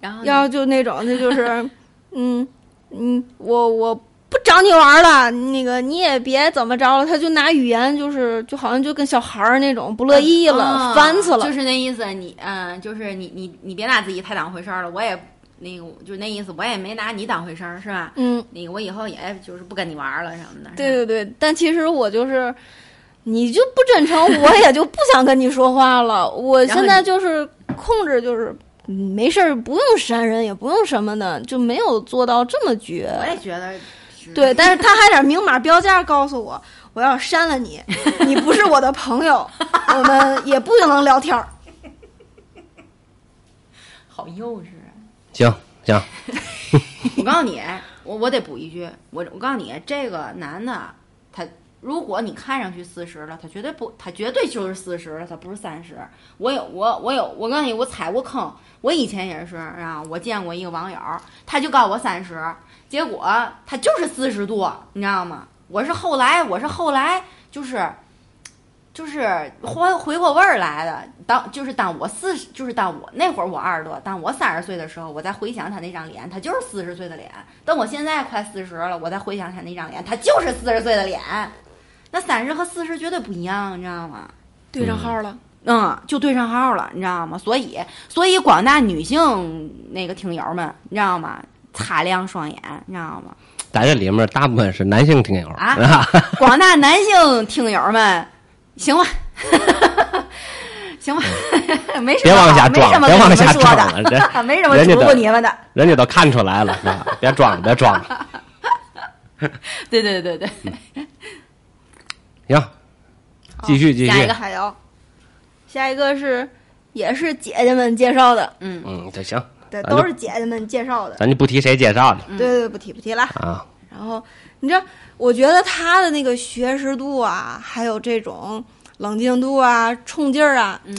Speaker 2: 然后
Speaker 3: 要就那种，那就是， 嗯嗯，我我不找你玩儿了，那个你也别怎么着了。他就拿语言，就是就好像就跟小孩儿那种不乐意了，
Speaker 2: 啊
Speaker 3: 烦死了。
Speaker 2: 就是那意思，你嗯、就是你你你别拿自己太当回事儿了，我也那个就那意思，我也没拿你当回事儿，是吧？
Speaker 3: 嗯，
Speaker 2: 那个我以后也就是不跟你玩儿了什么的，是吧
Speaker 3: 对对对，但其实我就是。你就不真诚，我也就不想跟你说话了。我
Speaker 2: 然后
Speaker 3: 现在
Speaker 2: 你
Speaker 3: 就是控制，就是嗯没事儿不用删人，也不用什么的，就没有做到这么绝。
Speaker 2: 我也觉得是
Speaker 3: 对，但是他还得明码标价告诉我， 我要删了你，你不是我的朋友，我们也不能聊天儿。
Speaker 2: 好幼稚啊！
Speaker 1: 行行，
Speaker 2: 我告诉你，我我得补一句，我我告诉你，这个男的，他如果你看上去四十了，他绝对不，他绝对就是四十了，他不是三十。我有我我有，我告诉你，我踩过坑，我以前也是啊，我见过一个网友，他就告我三十，结果他就是四十多，你知道吗？我是后来，我是后来就是。就是回回过味儿来的，当就是当我四十，就是当我那会儿我二十多，当我三十岁的时候，我再回想他那张脸，他就是四十岁的脸；等我现在快四十了，我再回想他那张脸，他就是四十岁的脸。那三十和四十绝对不一样，你知道吗？
Speaker 3: 对上号了。
Speaker 2: 嗯，就对上号了，你知道吗？所以，所以广大女性那个听友们，你知道吗？擦亮双眼，你知道吗？
Speaker 1: 咱这里面大部分是男性听友
Speaker 2: 啊
Speaker 1: 是吧
Speaker 2: 广大男性听友们，行吧，行吧，没什么
Speaker 1: 别往下
Speaker 2: 好
Speaker 1: 装
Speaker 2: 没
Speaker 1: 别
Speaker 2: 什么
Speaker 1: 往
Speaker 2: 跟你
Speaker 1: 下
Speaker 2: 们说
Speaker 1: 装了
Speaker 2: 的，啊
Speaker 1: 这
Speaker 2: 没什么
Speaker 1: 人家
Speaker 2: 嘱咐
Speaker 1: 的
Speaker 2: 你们的。
Speaker 1: 人家都看出来了，是吧？别装了，别装了。
Speaker 2: 对对对对，
Speaker 1: 行，继续继续
Speaker 2: 下一个
Speaker 3: 海瑶，下一个是也是姐姐们介绍的，
Speaker 2: 嗯，
Speaker 1: 嗯，这行，
Speaker 3: 对，
Speaker 1: 咱就
Speaker 3: 都是姐姐们介绍的。
Speaker 1: 咱就不提谁介绍了
Speaker 3: 对对，对不提不提了。
Speaker 1: 啊。
Speaker 3: 然后你这，我觉得他的那个学识度啊，还有这种冷静度啊、冲劲儿啊，
Speaker 2: 嗯，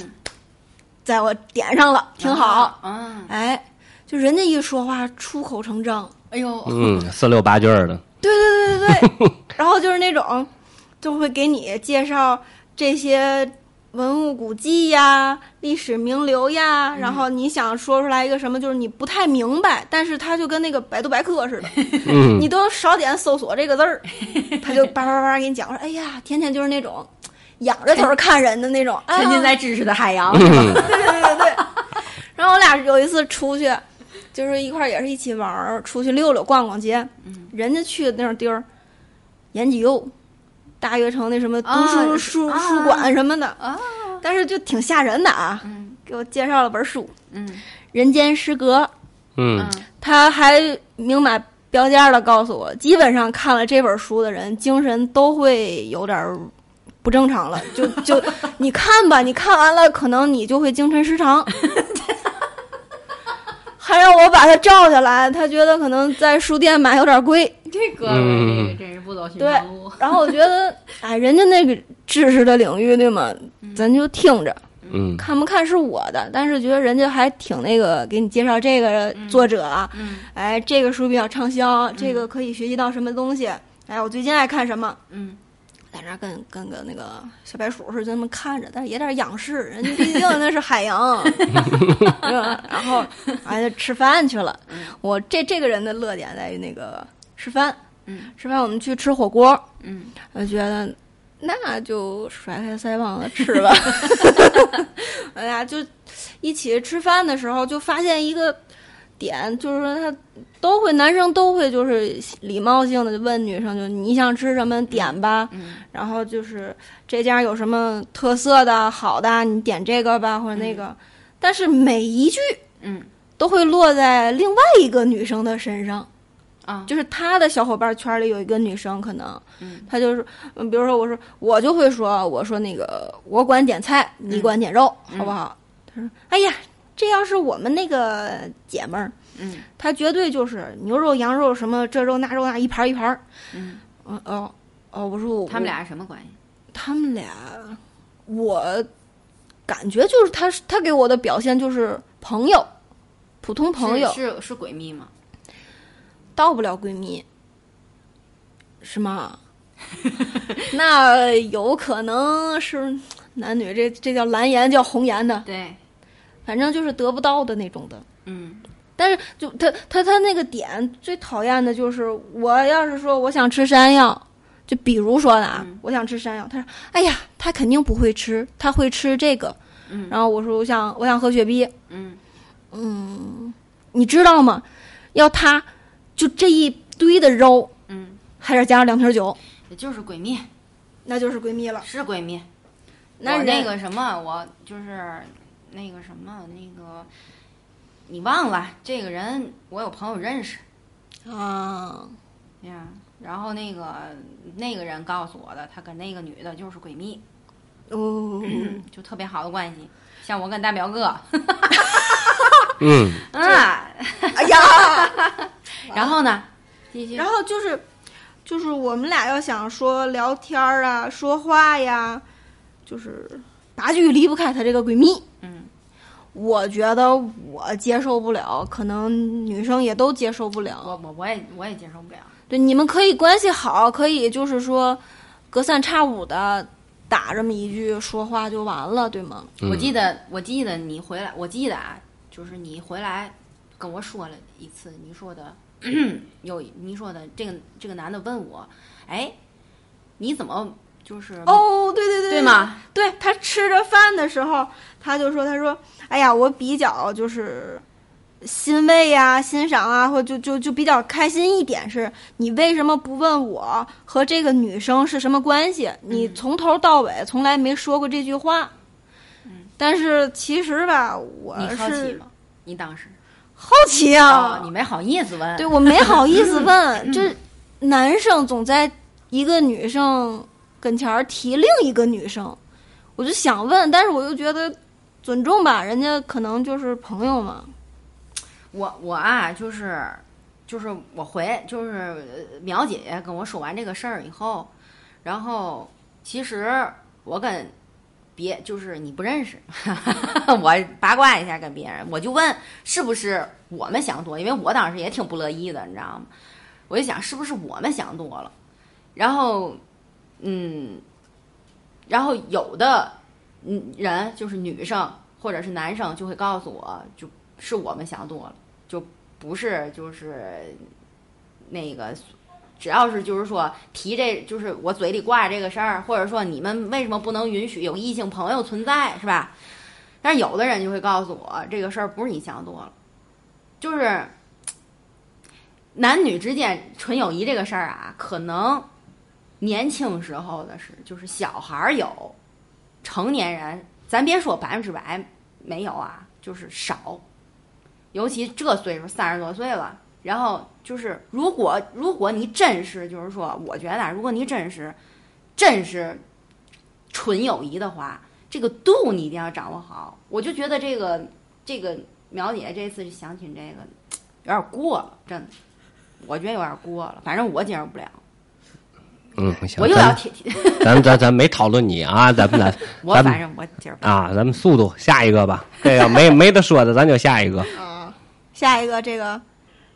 Speaker 3: 在我点上了，挺好。
Speaker 2: 嗯，
Speaker 3: 哎，就人家一说话出口成章，
Speaker 2: 哎呦，
Speaker 1: 嗯，四六八句儿 的，
Speaker 3: 对对对对对， 然后就是那种就会给你介绍这些文物古迹呀、历史名流呀，然后你想说出来一个什么，就是你不太明白，但是他就跟那个百度百科似的，
Speaker 1: 嗯
Speaker 3: 你都少点搜索这个字儿，他就叭叭叭给你讲说，哎呀，甜甜就是那种哎仰着头看人的那种，哎呀
Speaker 2: 沉浸在知识的海洋。
Speaker 1: 嗯
Speaker 3: 对对对 对。然后我俩有一次出去，就是一块儿也是一起玩儿，出去溜溜逛逛街。
Speaker 2: 嗯
Speaker 3: 人家去的那种地儿，延吉右，大悦城那什么读
Speaker 2: 啊
Speaker 3: 书书、
Speaker 2: 啊
Speaker 3: 书馆什么的，
Speaker 2: 啊，
Speaker 3: 但是就挺吓人的啊。
Speaker 2: 嗯
Speaker 3: 给我介绍了本书《
Speaker 2: 嗯
Speaker 3: 人间失格》，
Speaker 1: 嗯，
Speaker 3: 他还明码标价的告诉我，基本上看了这本书的人，精神都会有点儿不正常了。就就你看吧，你看完了，可能你就会精神失常。还让我把他照下来，他觉得可能在书店买有点贵。
Speaker 2: 这哥
Speaker 1: 们儿这个
Speaker 2: 真是不走寻
Speaker 3: 对
Speaker 2: 常路。
Speaker 3: 然后我觉得，哎，人家那个知识的领域，对吗？咱就听着，
Speaker 1: 嗯，
Speaker 3: 看不看是我的，但是觉得人家还挺那个，给你介绍这个作者啊，
Speaker 2: 嗯
Speaker 3: 哎，这个书比较畅销，这个可以学习到什么东西？哎，我最近爱看什么？
Speaker 2: 嗯，
Speaker 3: 在那儿跟跟个那个小白鼠似的，这么看着，但是也点仰视，人家 毕竟那是海洋。嗯然后，哎，就吃饭去了。
Speaker 2: 嗯
Speaker 3: 我这这个人的乐点在于那个吃饭。
Speaker 2: 嗯，
Speaker 3: 吃饭我们去吃火锅，
Speaker 2: 嗯，
Speaker 3: 我觉得那就甩开腮帮子吃吧。哎呀，就一起吃饭的时候，就发现一个点，就是说他都会，男生都会就是礼貌性的问女生，就你想吃什么点吧，
Speaker 2: 嗯
Speaker 3: 然后就是这家有什么特色的好的，你点这个吧或者那个，但是每一句
Speaker 2: 嗯
Speaker 3: 都会落在另外一个女生的身上。
Speaker 2: 啊，
Speaker 3: 就是他的小伙伴圈里有一个女生，可能，
Speaker 2: 嗯
Speaker 3: 她就是，嗯，比如说我说我就会说，我说那个我管点菜，
Speaker 2: 嗯
Speaker 3: 你管点肉，好不好？他说，哎呀，这要是我们那个姐们儿，
Speaker 2: 嗯
Speaker 3: 她绝对就是牛肉、羊肉什么这肉那肉那一盘儿一盘儿，
Speaker 2: 嗯，
Speaker 3: 嗯哦哦，我说我
Speaker 2: 他们俩是什么关系？
Speaker 3: 他们俩，我感觉就是他他给我的表现就是朋友，普通朋友，
Speaker 2: 是是是闺蜜吗？
Speaker 3: 到不了闺蜜，是吗？那有可能是男女这这叫蓝颜，叫红颜的，
Speaker 2: 对，
Speaker 3: 反正就是得不到的那种的。
Speaker 2: 嗯
Speaker 3: 但是就他他他那个点最讨厌的就是，我要是说我想吃山药，就比如说呢，啊，
Speaker 2: 嗯
Speaker 3: 我想吃山药，他说，哎呀，他肯定不会吃，他会吃这个。
Speaker 2: 嗯
Speaker 3: 然后我说我想我想喝雪碧，
Speaker 2: 嗯
Speaker 3: 嗯，你知道吗？要他就这一堆的肉，
Speaker 2: 嗯，
Speaker 3: 还得加上两瓶酒，
Speaker 2: 也就是闺蜜，
Speaker 3: 那就是闺蜜了。
Speaker 2: 是闺蜜。
Speaker 3: 那
Speaker 2: 我
Speaker 3: 人
Speaker 2: 那个什么，我就是那个什么那个，你忘了这个人，我有朋友认识
Speaker 3: 啊，
Speaker 2: 呀。然后那个那个人告诉我的，他跟那个女的就是闺蜜，
Speaker 3: 哦，
Speaker 2: 就特别好的关系，像我跟大表哥，
Speaker 1: 嗯，
Speaker 2: 啊，
Speaker 3: 哎呀，
Speaker 2: 然后呢？继续
Speaker 3: 然。后就是，就是我们俩要想说聊天儿啊、说话呀，就是八句离不开她这个闺蜜。
Speaker 2: 嗯，
Speaker 3: 我觉得我接受不了，可能女生也都接受不
Speaker 2: 我
Speaker 3: 了。
Speaker 2: 我我也我也接受不了。
Speaker 3: 对，你们可以关系好，可以就是说隔三差五的打这么一句说话就完了，对吗？
Speaker 1: 嗯
Speaker 2: 我记得我记得你回来，我记得啊，就是你回来跟我说了一次，你说的 有你说的这个这个男的问我，哎，你怎么就是
Speaker 3: 哦，对对对
Speaker 2: 对？吗？
Speaker 3: 对他吃着饭的时候，他就说：“他说，哎呀，我比较就是欣慰呀、欣赏啊，或就就就比较开心一点是，你为什么不问我和这个女生是什么关系？你从头到尾从来没说过这句话。
Speaker 2: 嗯
Speaker 3: 但是其实吧，我
Speaker 2: 你
Speaker 3: 是
Speaker 2: 好奇吗？你当时哦
Speaker 3: 好奇啊，
Speaker 2: 你没好意思问，
Speaker 3: 对我没好意
Speaker 2: 嗯
Speaker 3: 思问，就是男生总在一个女生跟前儿提另一个女生，我就想问，但是我又觉得尊重吧，人家可能就是朋友嘛。
Speaker 2: 我我啊，就是就是我回就是呃苗姐姐跟我说完这个事儿以后，然后其实我跟别就是你不认识， 我八卦一下跟别人，我就问是不是我们想多，因为我当时也挺不乐意的，你知道吗？我就想是不是我们想多了，然后嗯，然后有的嗯人就是女生或者是男生就会告诉我就。是我们想多了，就不是就是那个，只要是就是说提这就是我嘴里挂着这个事儿，或者说你们为什么不能允许有异性朋友存在，是吧？但是有的人就会告诉我，这个事儿不是你想多了，就是男女之间纯友谊这个事儿啊，可能年轻时候的是，就是小孩儿有，成年人咱别说百分之百没有啊，就是少，尤其这岁数三十多岁了，然后就是如果如果你真是就是说，我觉得啊，如果你真是真是纯友谊的话，这个度你一定要掌握好。我就觉得这个这个苗姐这次相亲这个有点过了，真的，我觉得有点过了，反正我接受不了，
Speaker 1: 嗯，行，
Speaker 2: 我又要
Speaker 1: 咱
Speaker 2: 提，
Speaker 1: 咱咱咱没讨论你啊，咱们咱
Speaker 2: 我
Speaker 1: 咱
Speaker 2: 反正我接受不了。
Speaker 1: 啊，咱们速度下一个吧，这个没没得说的，咱就下一个。
Speaker 3: 啊，下一个这个，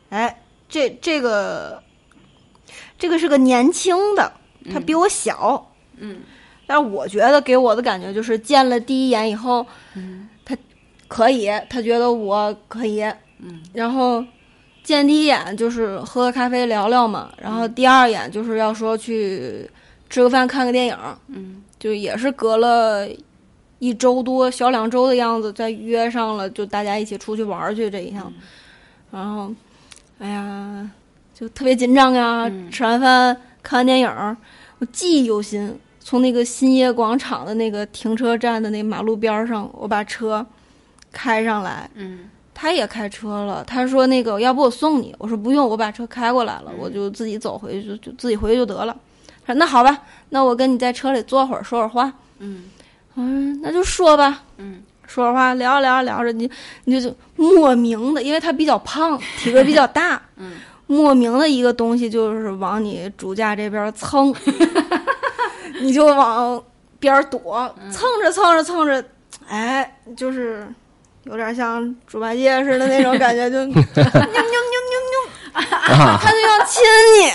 Speaker 3: 哎，这这个，这个是个年轻的，他比我小，
Speaker 2: 嗯
Speaker 3: 但是我觉得给我的感觉就是见了第一眼以后，
Speaker 2: 嗯
Speaker 3: 可以，他觉得我可以，
Speaker 2: 嗯，
Speaker 3: 然后见第一眼就是喝个咖啡聊聊嘛，然后第二眼就是要说去吃个饭看个电影，
Speaker 2: 嗯
Speaker 3: 就也是隔了一周多小两周的样子，再约上了，就大家一起出去玩儿去这一趟，
Speaker 2: 嗯
Speaker 3: 然后哎呀，就特别紧张呀，
Speaker 2: 嗯
Speaker 3: 吃完饭看完电影儿，我记忆犹新。从那个新业广场的那个停车站的那马路边儿上，我把车开上来，
Speaker 2: 嗯
Speaker 3: 他也开车了，他说那个要不我送你，我说不用，我把车开过来了，
Speaker 2: 嗯
Speaker 3: 我就自己走回去，就就自己回去就得了。他说那好吧，那我跟你在车里坐会儿，说会儿话。
Speaker 2: 嗯
Speaker 3: 嗯，那就说吧，
Speaker 2: 嗯
Speaker 3: 说会儿话，聊着聊着聊着，你你就莫名的，因为他比较胖，体格比较大，
Speaker 2: 嗯，
Speaker 3: 莫名的一个东西就是往你主驾这边蹭，你就往边儿躲，蹭着蹭着蹭着，哎，就是有点像猪八戒似的那种感觉，就妞妞妞妞妞，
Speaker 1: 啊，
Speaker 3: 他就要亲你，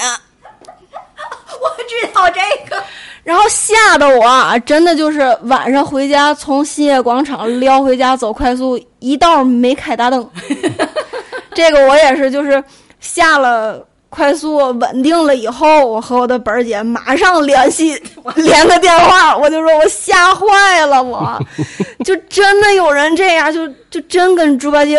Speaker 2: 我知道这个。
Speaker 3: 然后吓得我啊真的就是晚上回家从新业广场撩回家走快速，一道没开大灯。这个我也是，就是下了快速稳定了以后，我和我的本儿姐马上联系连个电话，我就说我吓坏了我，就真的有人这样，就就真跟猪八戒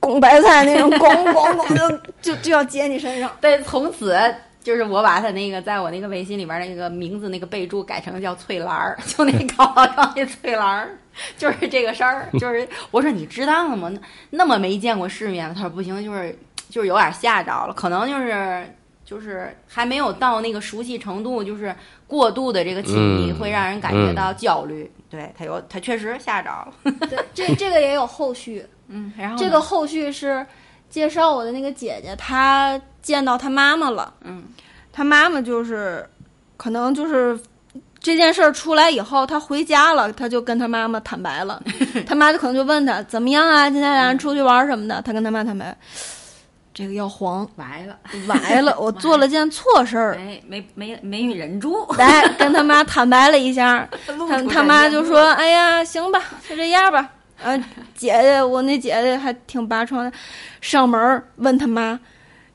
Speaker 3: 拱白菜那种拱拱拱就就就要接你身上。
Speaker 2: 对，从此就是我把他那个在我那个微信里边那个名字那个备注改成叫翠兰儿，就那高老庄那翠兰儿，就是这个事儿。就是我说你知道吗？那那么没见过世面吗？他说不行，就是就是有点吓着了，可能就是。就是还没有到那个熟悉程度，就是过度的这个亲密
Speaker 1: 嗯
Speaker 2: 会让人感觉到焦虑。对他有，他确实吓着了。
Speaker 3: 对，这这个也有后续，
Speaker 2: 嗯，然后
Speaker 3: 这个后续是介绍我的那个姐姐，她见到她妈妈了，
Speaker 2: 嗯，
Speaker 3: 她妈妈就是可能就是这件事儿出来以后，她回家了，她就跟她妈妈坦白 了，她妈就可能就问她怎么样啊，今天咱出去玩儿什么的，她跟她妈 坦白，这个要黄
Speaker 2: 完了，
Speaker 3: 崴了，我做了件错事儿。
Speaker 2: 没没没没忍 住，
Speaker 3: 来跟他妈坦白了一下，他
Speaker 2: 他
Speaker 3: 他妈就说：“哎呀，行吧，就这样吧。”啊，姐姐，我那姐姐还挺拔窗的，上门儿问他妈：“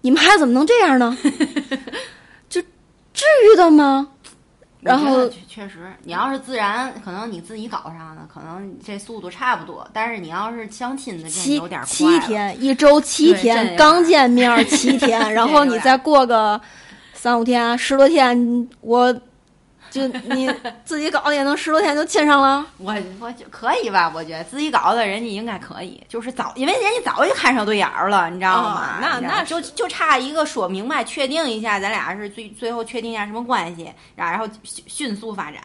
Speaker 3: 你们孩子怎么能这样呢？就至于的吗？”然后
Speaker 2: 确确实，你要是自然，可能你自己搞上的，可能这速度差不多。但是你要是相亲的，这
Speaker 3: 七
Speaker 2: 有点快
Speaker 3: 七
Speaker 2: 了，
Speaker 3: 天，一周七
Speaker 2: 对这
Speaker 3: 天，
Speaker 2: 样
Speaker 3: 刚见面儿 七天，然后
Speaker 2: 这有
Speaker 3: 你
Speaker 2: 点
Speaker 3: 再过个三五天、十多天，我就你自己搞也能十多天就亲上了。
Speaker 2: 我我就可以吧？我觉得自己搞的人家应该可以，就是早，因为人家早就看上对眼儿了，你知道吗
Speaker 3: 哦？那
Speaker 2: 你知道
Speaker 3: 那是
Speaker 2: 就就差一个说明白、确定一下，咱俩是最最后确定一下什么关系，然然后迅迅速发展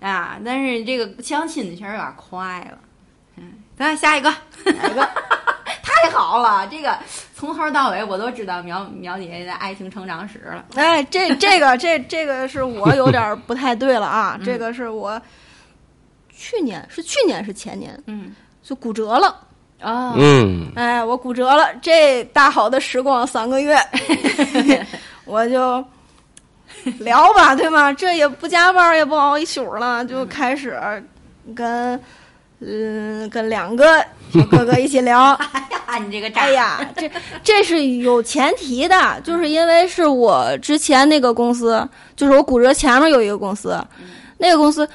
Speaker 2: 啊！但是这个相亲确实有点快了。嗯，咱俩下一个，下一个， 太好了！这个从头到尾我都知道苗苗姐姐的爱情成长史了。
Speaker 3: 哎，这这个这这个是我有点儿不太对了啊，这个是我去年是去年是前年
Speaker 2: 嗯
Speaker 3: 就骨折了，
Speaker 2: 啊，
Speaker 1: 嗯，
Speaker 3: 哎，我骨折了，这大好的时光三个月，我就聊吧，对吗？这也不加班儿，也不熬一宿了，就开始跟嗯跟两个小哥哥一起聊，
Speaker 2: 哎 呀，你这个渣
Speaker 3: 哎，呀，这这是有前提的，就是因为是我之前那个公司，就是我骨折前面有一个公司，那个公司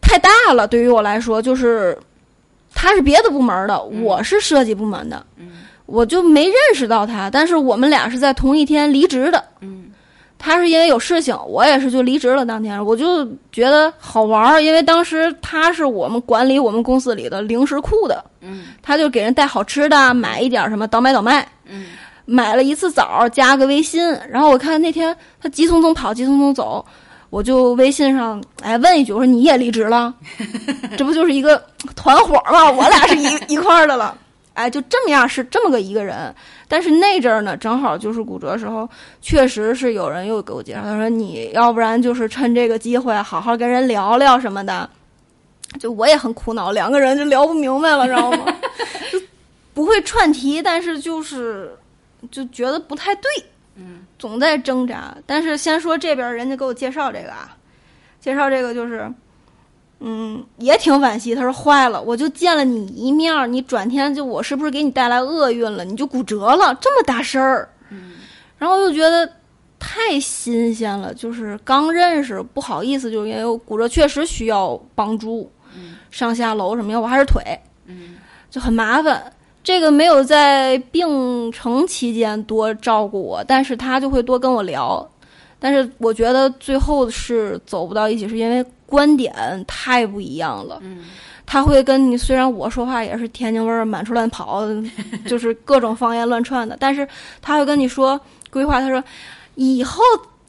Speaker 3: 太大了，对于我来说，就是他是别的部门的，我是设计部门的，
Speaker 2: 嗯
Speaker 3: 我就没认识到他，但是我们俩是在同一天离职的。
Speaker 2: 嗯
Speaker 3: 他是因为有事情，我也是就离职了。当天我就觉得好玩儿，因为当时他是我们管理我们公司里的零食库的，
Speaker 2: 嗯
Speaker 3: 他就给人带好吃的，买一点什么倒买倒卖。
Speaker 2: 嗯
Speaker 3: 买了一次枣，加个微信。然后我看那天他急匆匆跑，急匆匆走，我就微信上哎问一句，我说你也离职了？这不就是一个团伙吗？我俩是一 一块儿的了。哎，就这么样是这么个一个人，但是那阵儿呢，正好就是骨折的时候，确实是有人又给我介绍，他说你要不然就是趁这个机会好好跟人聊聊什么的，就我也很苦恼，两个人就聊不明白了，知道吗？ 就不会串题，但是就是就觉得不太对，
Speaker 2: 嗯
Speaker 3: 总在挣扎。但是先说这边儿人家给我介绍这个啊，介绍这个就是，嗯，也挺惋惜。他说坏了，我就见了你一面儿，你转天就我是不是给你带来厄运了？你就骨折了，这么大事儿。
Speaker 2: 嗯
Speaker 3: 然后我就觉得太新鲜了，就是刚认识，不好意思，就是因为我骨折确实需要帮助，
Speaker 2: 嗯
Speaker 3: 上下楼什么要我还是腿，
Speaker 2: 嗯。
Speaker 3: 就很麻烦。这个没有在病程期间多照顾我，但是他就会多跟我聊。但是我觉得最后是走不到一起，是因为观点太不一样了。
Speaker 2: 嗯
Speaker 3: 他会跟你，虽然我说话也是天津味儿满处乱 跑，就是各种方言乱串的，但是他会跟你说规划，他说以后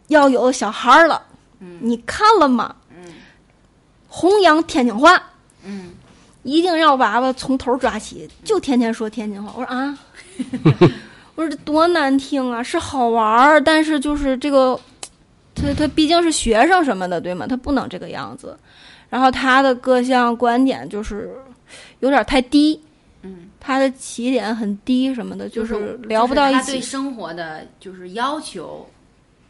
Speaker 3: 要有小孩儿了，
Speaker 2: 嗯
Speaker 3: 你看了吗？
Speaker 2: 嗯
Speaker 3: 弘扬天津话，
Speaker 2: 嗯，
Speaker 3: 一定要娃娃从头抓起，就天天说天津话。我说啊， 我说这多难听啊！是好玩儿，但是就是这个，他他毕竟是学生什么的，对吗？他不能这个样子。然后他的各项观点就是有点太低，
Speaker 2: 嗯，
Speaker 3: 他的起点很低什么的，
Speaker 2: 就是
Speaker 3: 聊不到
Speaker 2: 就是
Speaker 3: 一
Speaker 2: 他对
Speaker 3: 起。
Speaker 2: 生活的就是要求，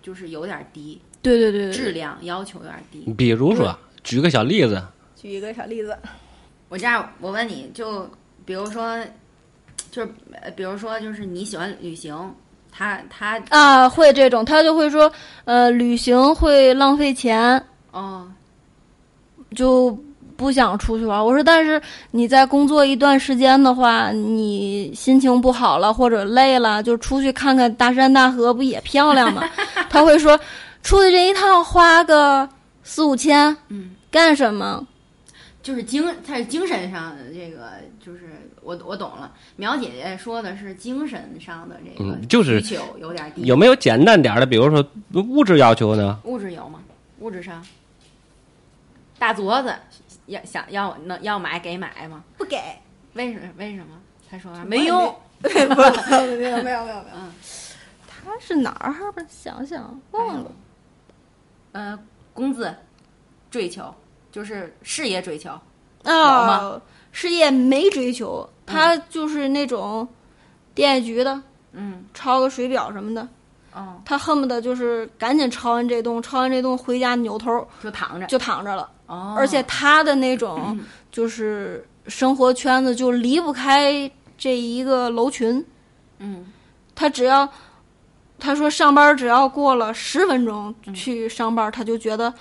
Speaker 2: 就是有点低，
Speaker 3: 对对对对
Speaker 2: 质
Speaker 3: 对，
Speaker 2: 量要求有点低。
Speaker 1: 嗯比如说，举个小例子，
Speaker 3: 举一个小例子，
Speaker 2: 我这样，我问你就比如说，就是呃比如说就是你喜欢旅行，他他
Speaker 3: 啊，会这种，他就会说，呃，旅行会浪费钱，
Speaker 2: 哦，
Speaker 3: 就不想出去玩。我说，但是你在工作一段时间的话，你心情不好了或者累了，就出去看看大山大河，不也漂亮吗？他会说，出去这一趟花个四五千
Speaker 2: 嗯，
Speaker 3: 干什么？
Speaker 2: 就是精，他是精神上的这个，就是我我懂了。苗姐姐说的是精神上的这个
Speaker 1: 嗯就是
Speaker 2: 需求有点低，
Speaker 1: 有没有简单点儿的？比如说物质要求呢？
Speaker 2: 物质有吗？物质上，大镯子要想要能要买给买吗？
Speaker 3: 不给，
Speaker 2: 为什么？为什么？他说完
Speaker 3: 没
Speaker 2: 没用，
Speaker 3: 没有没有没有没有没有
Speaker 2: 嗯，
Speaker 3: 他是哪儿吧？想想
Speaker 2: 哎
Speaker 3: 忘了。
Speaker 2: 呃，工资追求就是事业追求，有
Speaker 3: 啊
Speaker 2: 吗，
Speaker 3: 事业没追求，他就是那种电业局的，
Speaker 2: 嗯，
Speaker 3: 抄个水表什么的，
Speaker 2: 哦，
Speaker 3: 他恨不得就是赶紧抄完这栋，抄完这栋回家扭头
Speaker 2: 就躺着，
Speaker 3: 就躺着了。
Speaker 2: 哦，嗯
Speaker 3: 而且他的那种就是生活圈子就离不开这一个楼群，
Speaker 2: 嗯，
Speaker 3: 他只要他说上班只要过了十分钟去上班，他就觉得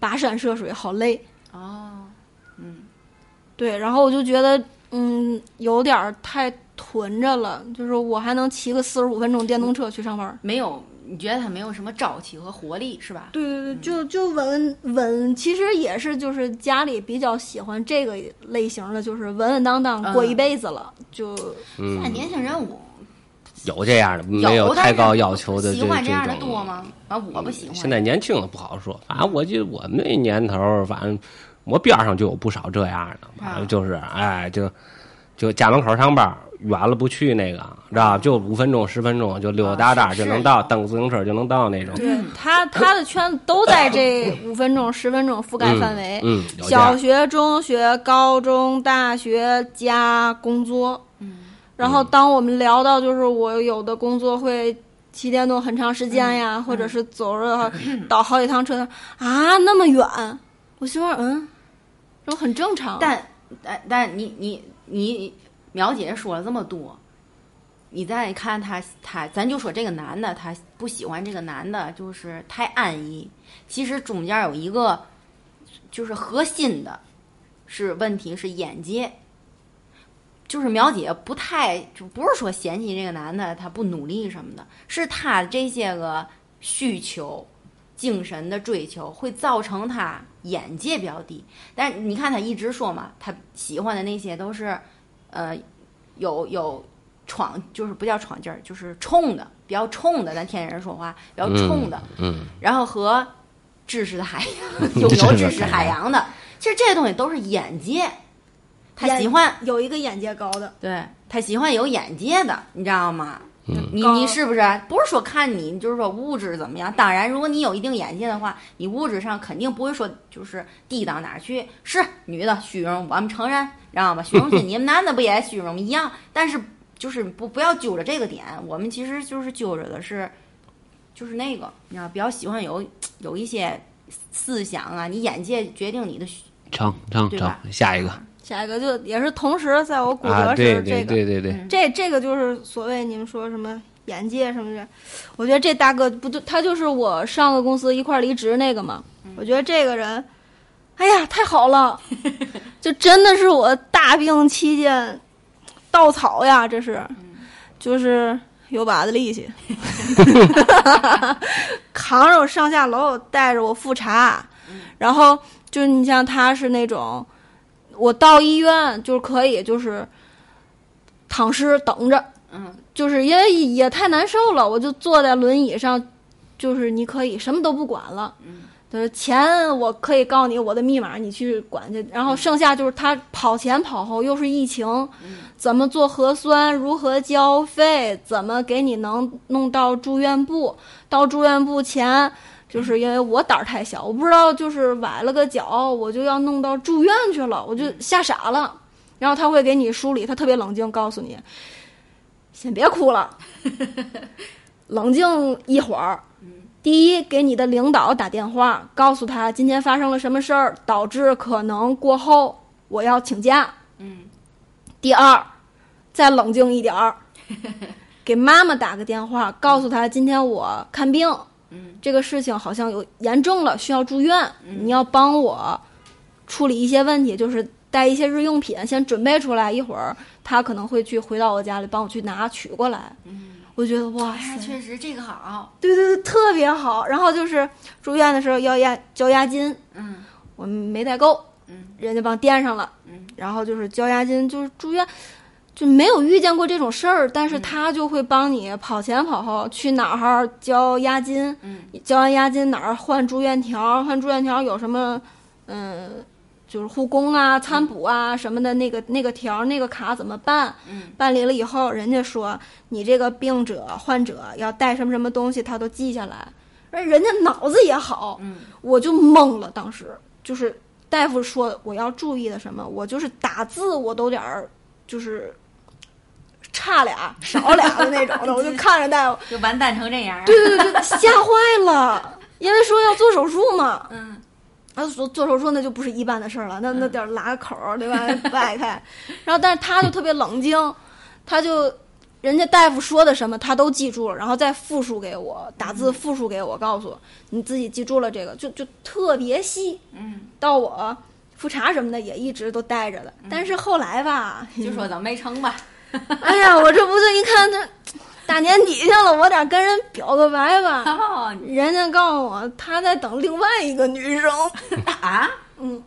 Speaker 3: 跋山涉水好累。
Speaker 2: 哦，嗯，
Speaker 3: 对，然后我就觉得，嗯，有点儿太囤着了。就是我还能骑个四十五分钟电动车去上班儿。
Speaker 2: 没有，你觉得他没有什么朝气和活力是吧？
Speaker 3: 对对对，就就稳稳，其实也是就是家里比较喜欢这个类型的，就是稳稳当当过一
Speaker 2: 嗯
Speaker 3: 辈子了。就
Speaker 1: 嗯
Speaker 2: 现在年轻人我
Speaker 1: 有这样的，没有太高要求的
Speaker 2: 习
Speaker 1: 这
Speaker 2: 惯
Speaker 1: 这
Speaker 2: 样的
Speaker 1: 种
Speaker 2: 多吗？啊，我不喜欢。
Speaker 1: 现在年轻的不好说，反正我记得我们那年头儿，反正我边儿上就有不少这样的，反
Speaker 2: 啊
Speaker 1: 正就是哎，就就家门口上班儿远了不去那个，知道吧就五分钟十分钟就溜溜达达
Speaker 2: 啊
Speaker 1: 就是能到，蹬自行车就能到那种。
Speaker 3: 对他他的圈子都在这五分钟十分钟覆盖范围，
Speaker 1: 嗯，有这
Speaker 3: 小
Speaker 1: 样
Speaker 3: 学、中学、高中、大学加工作。嗯，然后当我们聊到就是我有的工作会骑电动很长时间呀，或者是走着倒好几趟车啊，那么远，我媳妇儿嗯，这很正常。啊
Speaker 2: 但但但你你你苗姐说了这么多，你再看他他，咱就说这个男的，他不喜欢这个男的，就是太安逸。其实中间有一个就是核心的，是问题是眼界。就是苗姐不太就不是说嫌弃这个男的他不努力什么的，是他这些个需求、精神的追求会造成他眼界比较低。但是你看他一直说嘛，他喜欢的那些都是，呃，有有闯，就是不叫闯劲儿，就是冲的，比较冲的，咱天津人说话比较冲的，
Speaker 1: 嗯，
Speaker 2: 然后和知识的海洋，有有知识海洋的，其实这些东西都是眼界，他
Speaker 3: 眼
Speaker 2: 喜欢，
Speaker 3: 有一个眼界高的，
Speaker 2: 对他喜欢有眼界的，你知道吗？你
Speaker 3: 高
Speaker 2: 你是不是不是说看你就是说物质怎么样？当然，如果你有一定眼界的话，你物质上肯定不会说就是低到哪儿去。是女的虚荣，我们承认，知道吗？虚荣心，你们男的不也虚荣一样？但是就是不不要揪着这个点，我们其实就是揪着的是就是那个，你知道，比较喜欢有有一些思想啊，你眼界决定你的虚
Speaker 1: 成成
Speaker 2: 对
Speaker 1: 成
Speaker 2: 吧，
Speaker 1: 下一个
Speaker 3: 下一个就也是同时在我骨
Speaker 1: 啊，
Speaker 3: 折
Speaker 1: 对
Speaker 3: 时
Speaker 1: 对
Speaker 3: 这个。
Speaker 1: 对对对，
Speaker 3: 这这个就是所谓你们说什么眼界什么的，我觉得这大哥不就他就是我上个公司一块儿离职那个嘛，我觉得这个人，哎呀太好了，就真的是我大病期间稻草呀，这是，就是有把子力气，扛着我上下楼，带着我复查，然后就是你像他是那种，我到医院就是可以就是躺尸等着，
Speaker 2: 嗯，
Speaker 3: 就是因为也太难受了，我就坐在轮椅上，就是你可以什么都不管了，
Speaker 2: 嗯，
Speaker 3: 就是钱我可以告诉你我的密码，你去管去，然后剩下就是他跑前跑后又是疫情，怎么做核酸，如何交费，怎么给你能弄到住院部，到住院部前。就是因为我胆儿太小，我不知道，就是崴了个脚，我就要弄到住院去了，我就吓傻了。然后他会给你梳理，他特别冷静，告诉你，先别哭了，冷静一会儿。第一，给你的领导打电话，告诉他今天发生了什么事儿，导致可能过后我要请假。
Speaker 2: 嗯。
Speaker 3: 第二，再冷静一 点儿，给妈妈打个电话，告诉她今天我看病，
Speaker 2: 嗯，
Speaker 3: 这个事情好像有严重了，需要住院，你要帮我处理一些问题，就是带一些日用品先准备出来，一会儿他可能会去回到我家里帮我去拿取过来。
Speaker 2: 嗯，
Speaker 3: 我觉得哇
Speaker 2: 哎呀，
Speaker 3: 塞，
Speaker 2: 确实这个好，
Speaker 3: 对对对，特别好。然后就是住院的时候要押交押金，
Speaker 2: 嗯
Speaker 3: 我没带够，
Speaker 2: 嗯
Speaker 3: 人家帮垫上了，
Speaker 2: 嗯，
Speaker 3: 然后就是交押金，就是住院，就没有遇见过这种事儿，但
Speaker 2: 嗯
Speaker 3: 是他就会帮你跑前跑后，去哪儿交押金，
Speaker 2: 嗯
Speaker 3: 交完押金哪儿换住院条，换住院条有什么，嗯、就是护工啊、餐补啊什么的那个那个条儿那个卡怎么办？
Speaker 2: 嗯，
Speaker 3: 办理了以后，人家说你这个病者患者要带什么什么东西，他都记下来。而人家脑子也好，
Speaker 2: 嗯，
Speaker 3: 我就懵了。当时就是大夫说我要注意的什么，我就是打字我都有点儿就是差俩少俩的那种 的，我就看着大夫，
Speaker 2: 就完蛋成这样。
Speaker 3: 对，对对，就吓坏 了，因为说要做手术嘛，
Speaker 2: 嗯，
Speaker 3: 啊，做做手术那就不是一般的事儿了，那那点儿拉个口 儿，对吧？掰开，然后但是他就特别冷静，他就人家大夫说的什么他都记住了，然后再复述给我，打字复述给我，告诉我你自己记住了这个，就就特别细，
Speaker 2: 嗯，
Speaker 3: 到我复查什么的也一直都带着的，但是后来吧，
Speaker 2: 就说咱没成吧。
Speaker 3: 哎呀，我这不就一看这 大年底下了，我得跟人表个白吧。
Speaker 2: 哦，你
Speaker 3: 人家告诉我他在等另外一个女生，
Speaker 2: 啊，
Speaker 3: 嗯，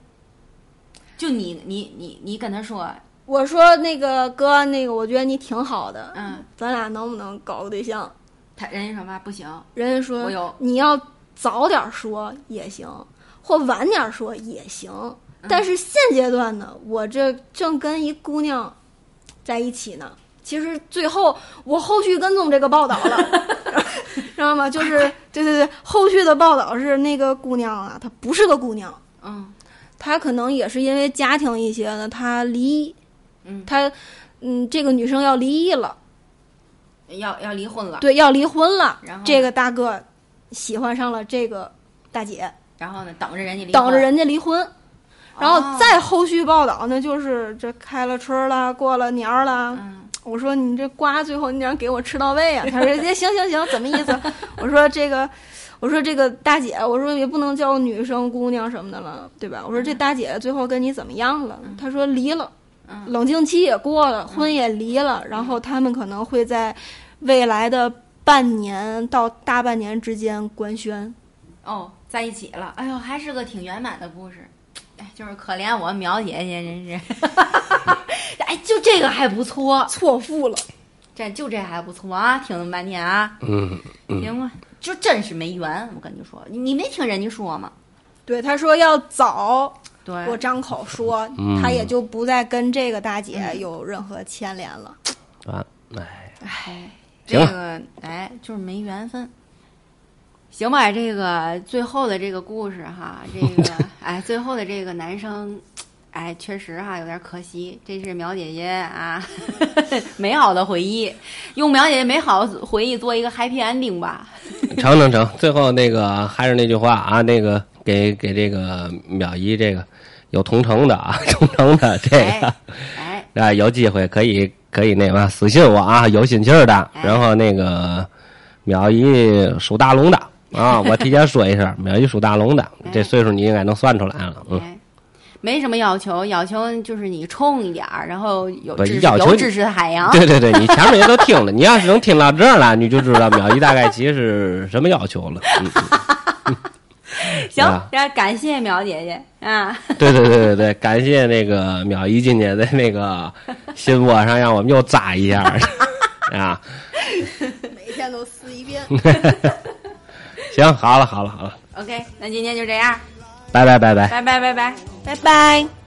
Speaker 2: 就你你你你跟他说，
Speaker 3: 我说那个哥，那个我觉得你挺好的，
Speaker 2: 嗯，
Speaker 3: 咱俩能不能搞个对象？
Speaker 2: 他人家说嘛不行，
Speaker 3: 人家说
Speaker 2: 我有
Speaker 3: 你要早点说也行，或晚点说也行，
Speaker 2: 嗯
Speaker 3: 但是现阶段呢，我这正跟一姑娘在一起呢。其实最后我后续跟踪这个报道了， 知道吗？就是对对对，后续的报道是那个姑娘啊，她不是个姑娘，
Speaker 2: 嗯
Speaker 3: 她可能也是因为家庭一些呢，她离异，
Speaker 2: 嗯
Speaker 3: 她，嗯，这个女生要离异了，
Speaker 2: 要要离婚了，
Speaker 3: 对，要离婚了。
Speaker 2: 然后呢
Speaker 3: 这个大哥喜欢上了这个大姐，
Speaker 2: 然后呢，等着人家离婚，
Speaker 3: 等着人家离婚。
Speaker 2: 哦，
Speaker 3: 然后再后续报道呢，就是这开了春儿啦，过了年儿啦。
Speaker 2: 嗯
Speaker 3: 我说你这瓜最后你得给我吃到位啊！他说哎行行行，怎么意思？我说这个，我说这个大姐，我说也不能叫女生姑娘什么的了，对吧？我说这大姐最后跟你怎么样了？他说离了，
Speaker 2: 嗯
Speaker 3: 冷静期也过了，婚也离了，然后他们可能会在未来的半年到大半年之间官宣。
Speaker 2: 哦，在一起了，哎呦，还是个挺圆满的故事。哎，就是可怜我苗姐姐，真 是，哎，就这个还不错，
Speaker 3: 错付了，
Speaker 2: 这就这还不错啊，听了半天啊，
Speaker 1: 嗯，
Speaker 2: 行吧，就真是没缘，我跟你说，你你没听人家说吗？
Speaker 3: 对他说要早
Speaker 2: 对，
Speaker 3: 我张口说，
Speaker 1: 嗯
Speaker 3: 他也就不再跟这个大姐有任何牵连了。
Speaker 1: 啊，哎，
Speaker 2: 哎，这
Speaker 1: 行了
Speaker 2: 个哎，就是没缘分。行吧，这个最后的这个故事哈，这个 哎，最后的这个男生，哎，确实哈有点可惜。这是苗姐姐啊 美好的回忆，用苗姐姐美好的回忆做一个 happy ending 吧。
Speaker 1: 成成成，最后那个还是那句话啊，那个给给这个秒一这个有同城的啊， 同城的这个。
Speaker 2: 哎哎，
Speaker 1: 啊，有机会可以可以那嘛，私信我啊，有心气儿的。
Speaker 2: 哎
Speaker 1: 然后那个秒一属大龙的啊，我提前说一声，秒一属大龙的，这岁数你应该能算出来了。嗯，
Speaker 2: 哎，没什么要求，要求就是你冲一点儿，然后有
Speaker 1: 不
Speaker 2: 知识
Speaker 1: 要求
Speaker 2: 有
Speaker 1: 你
Speaker 2: 知识的海洋。
Speaker 1: 对对对，你前面也都听了，你要是能听到这儿了，你就知道秒一大概其是什么要求了。嗯，
Speaker 2: 行
Speaker 1: 啊，
Speaker 2: 那感谢苗姐姐啊。
Speaker 1: 对对对对对，感谢那个秒一今年的那个新播上，让我们又扎一下 啊。
Speaker 3: 每天都撕一遍。
Speaker 1: 行，好了好了好了，
Speaker 2: OK，那今天就这样，
Speaker 1: 拜拜拜拜。
Speaker 2: 拜拜拜拜。
Speaker 3: 拜拜。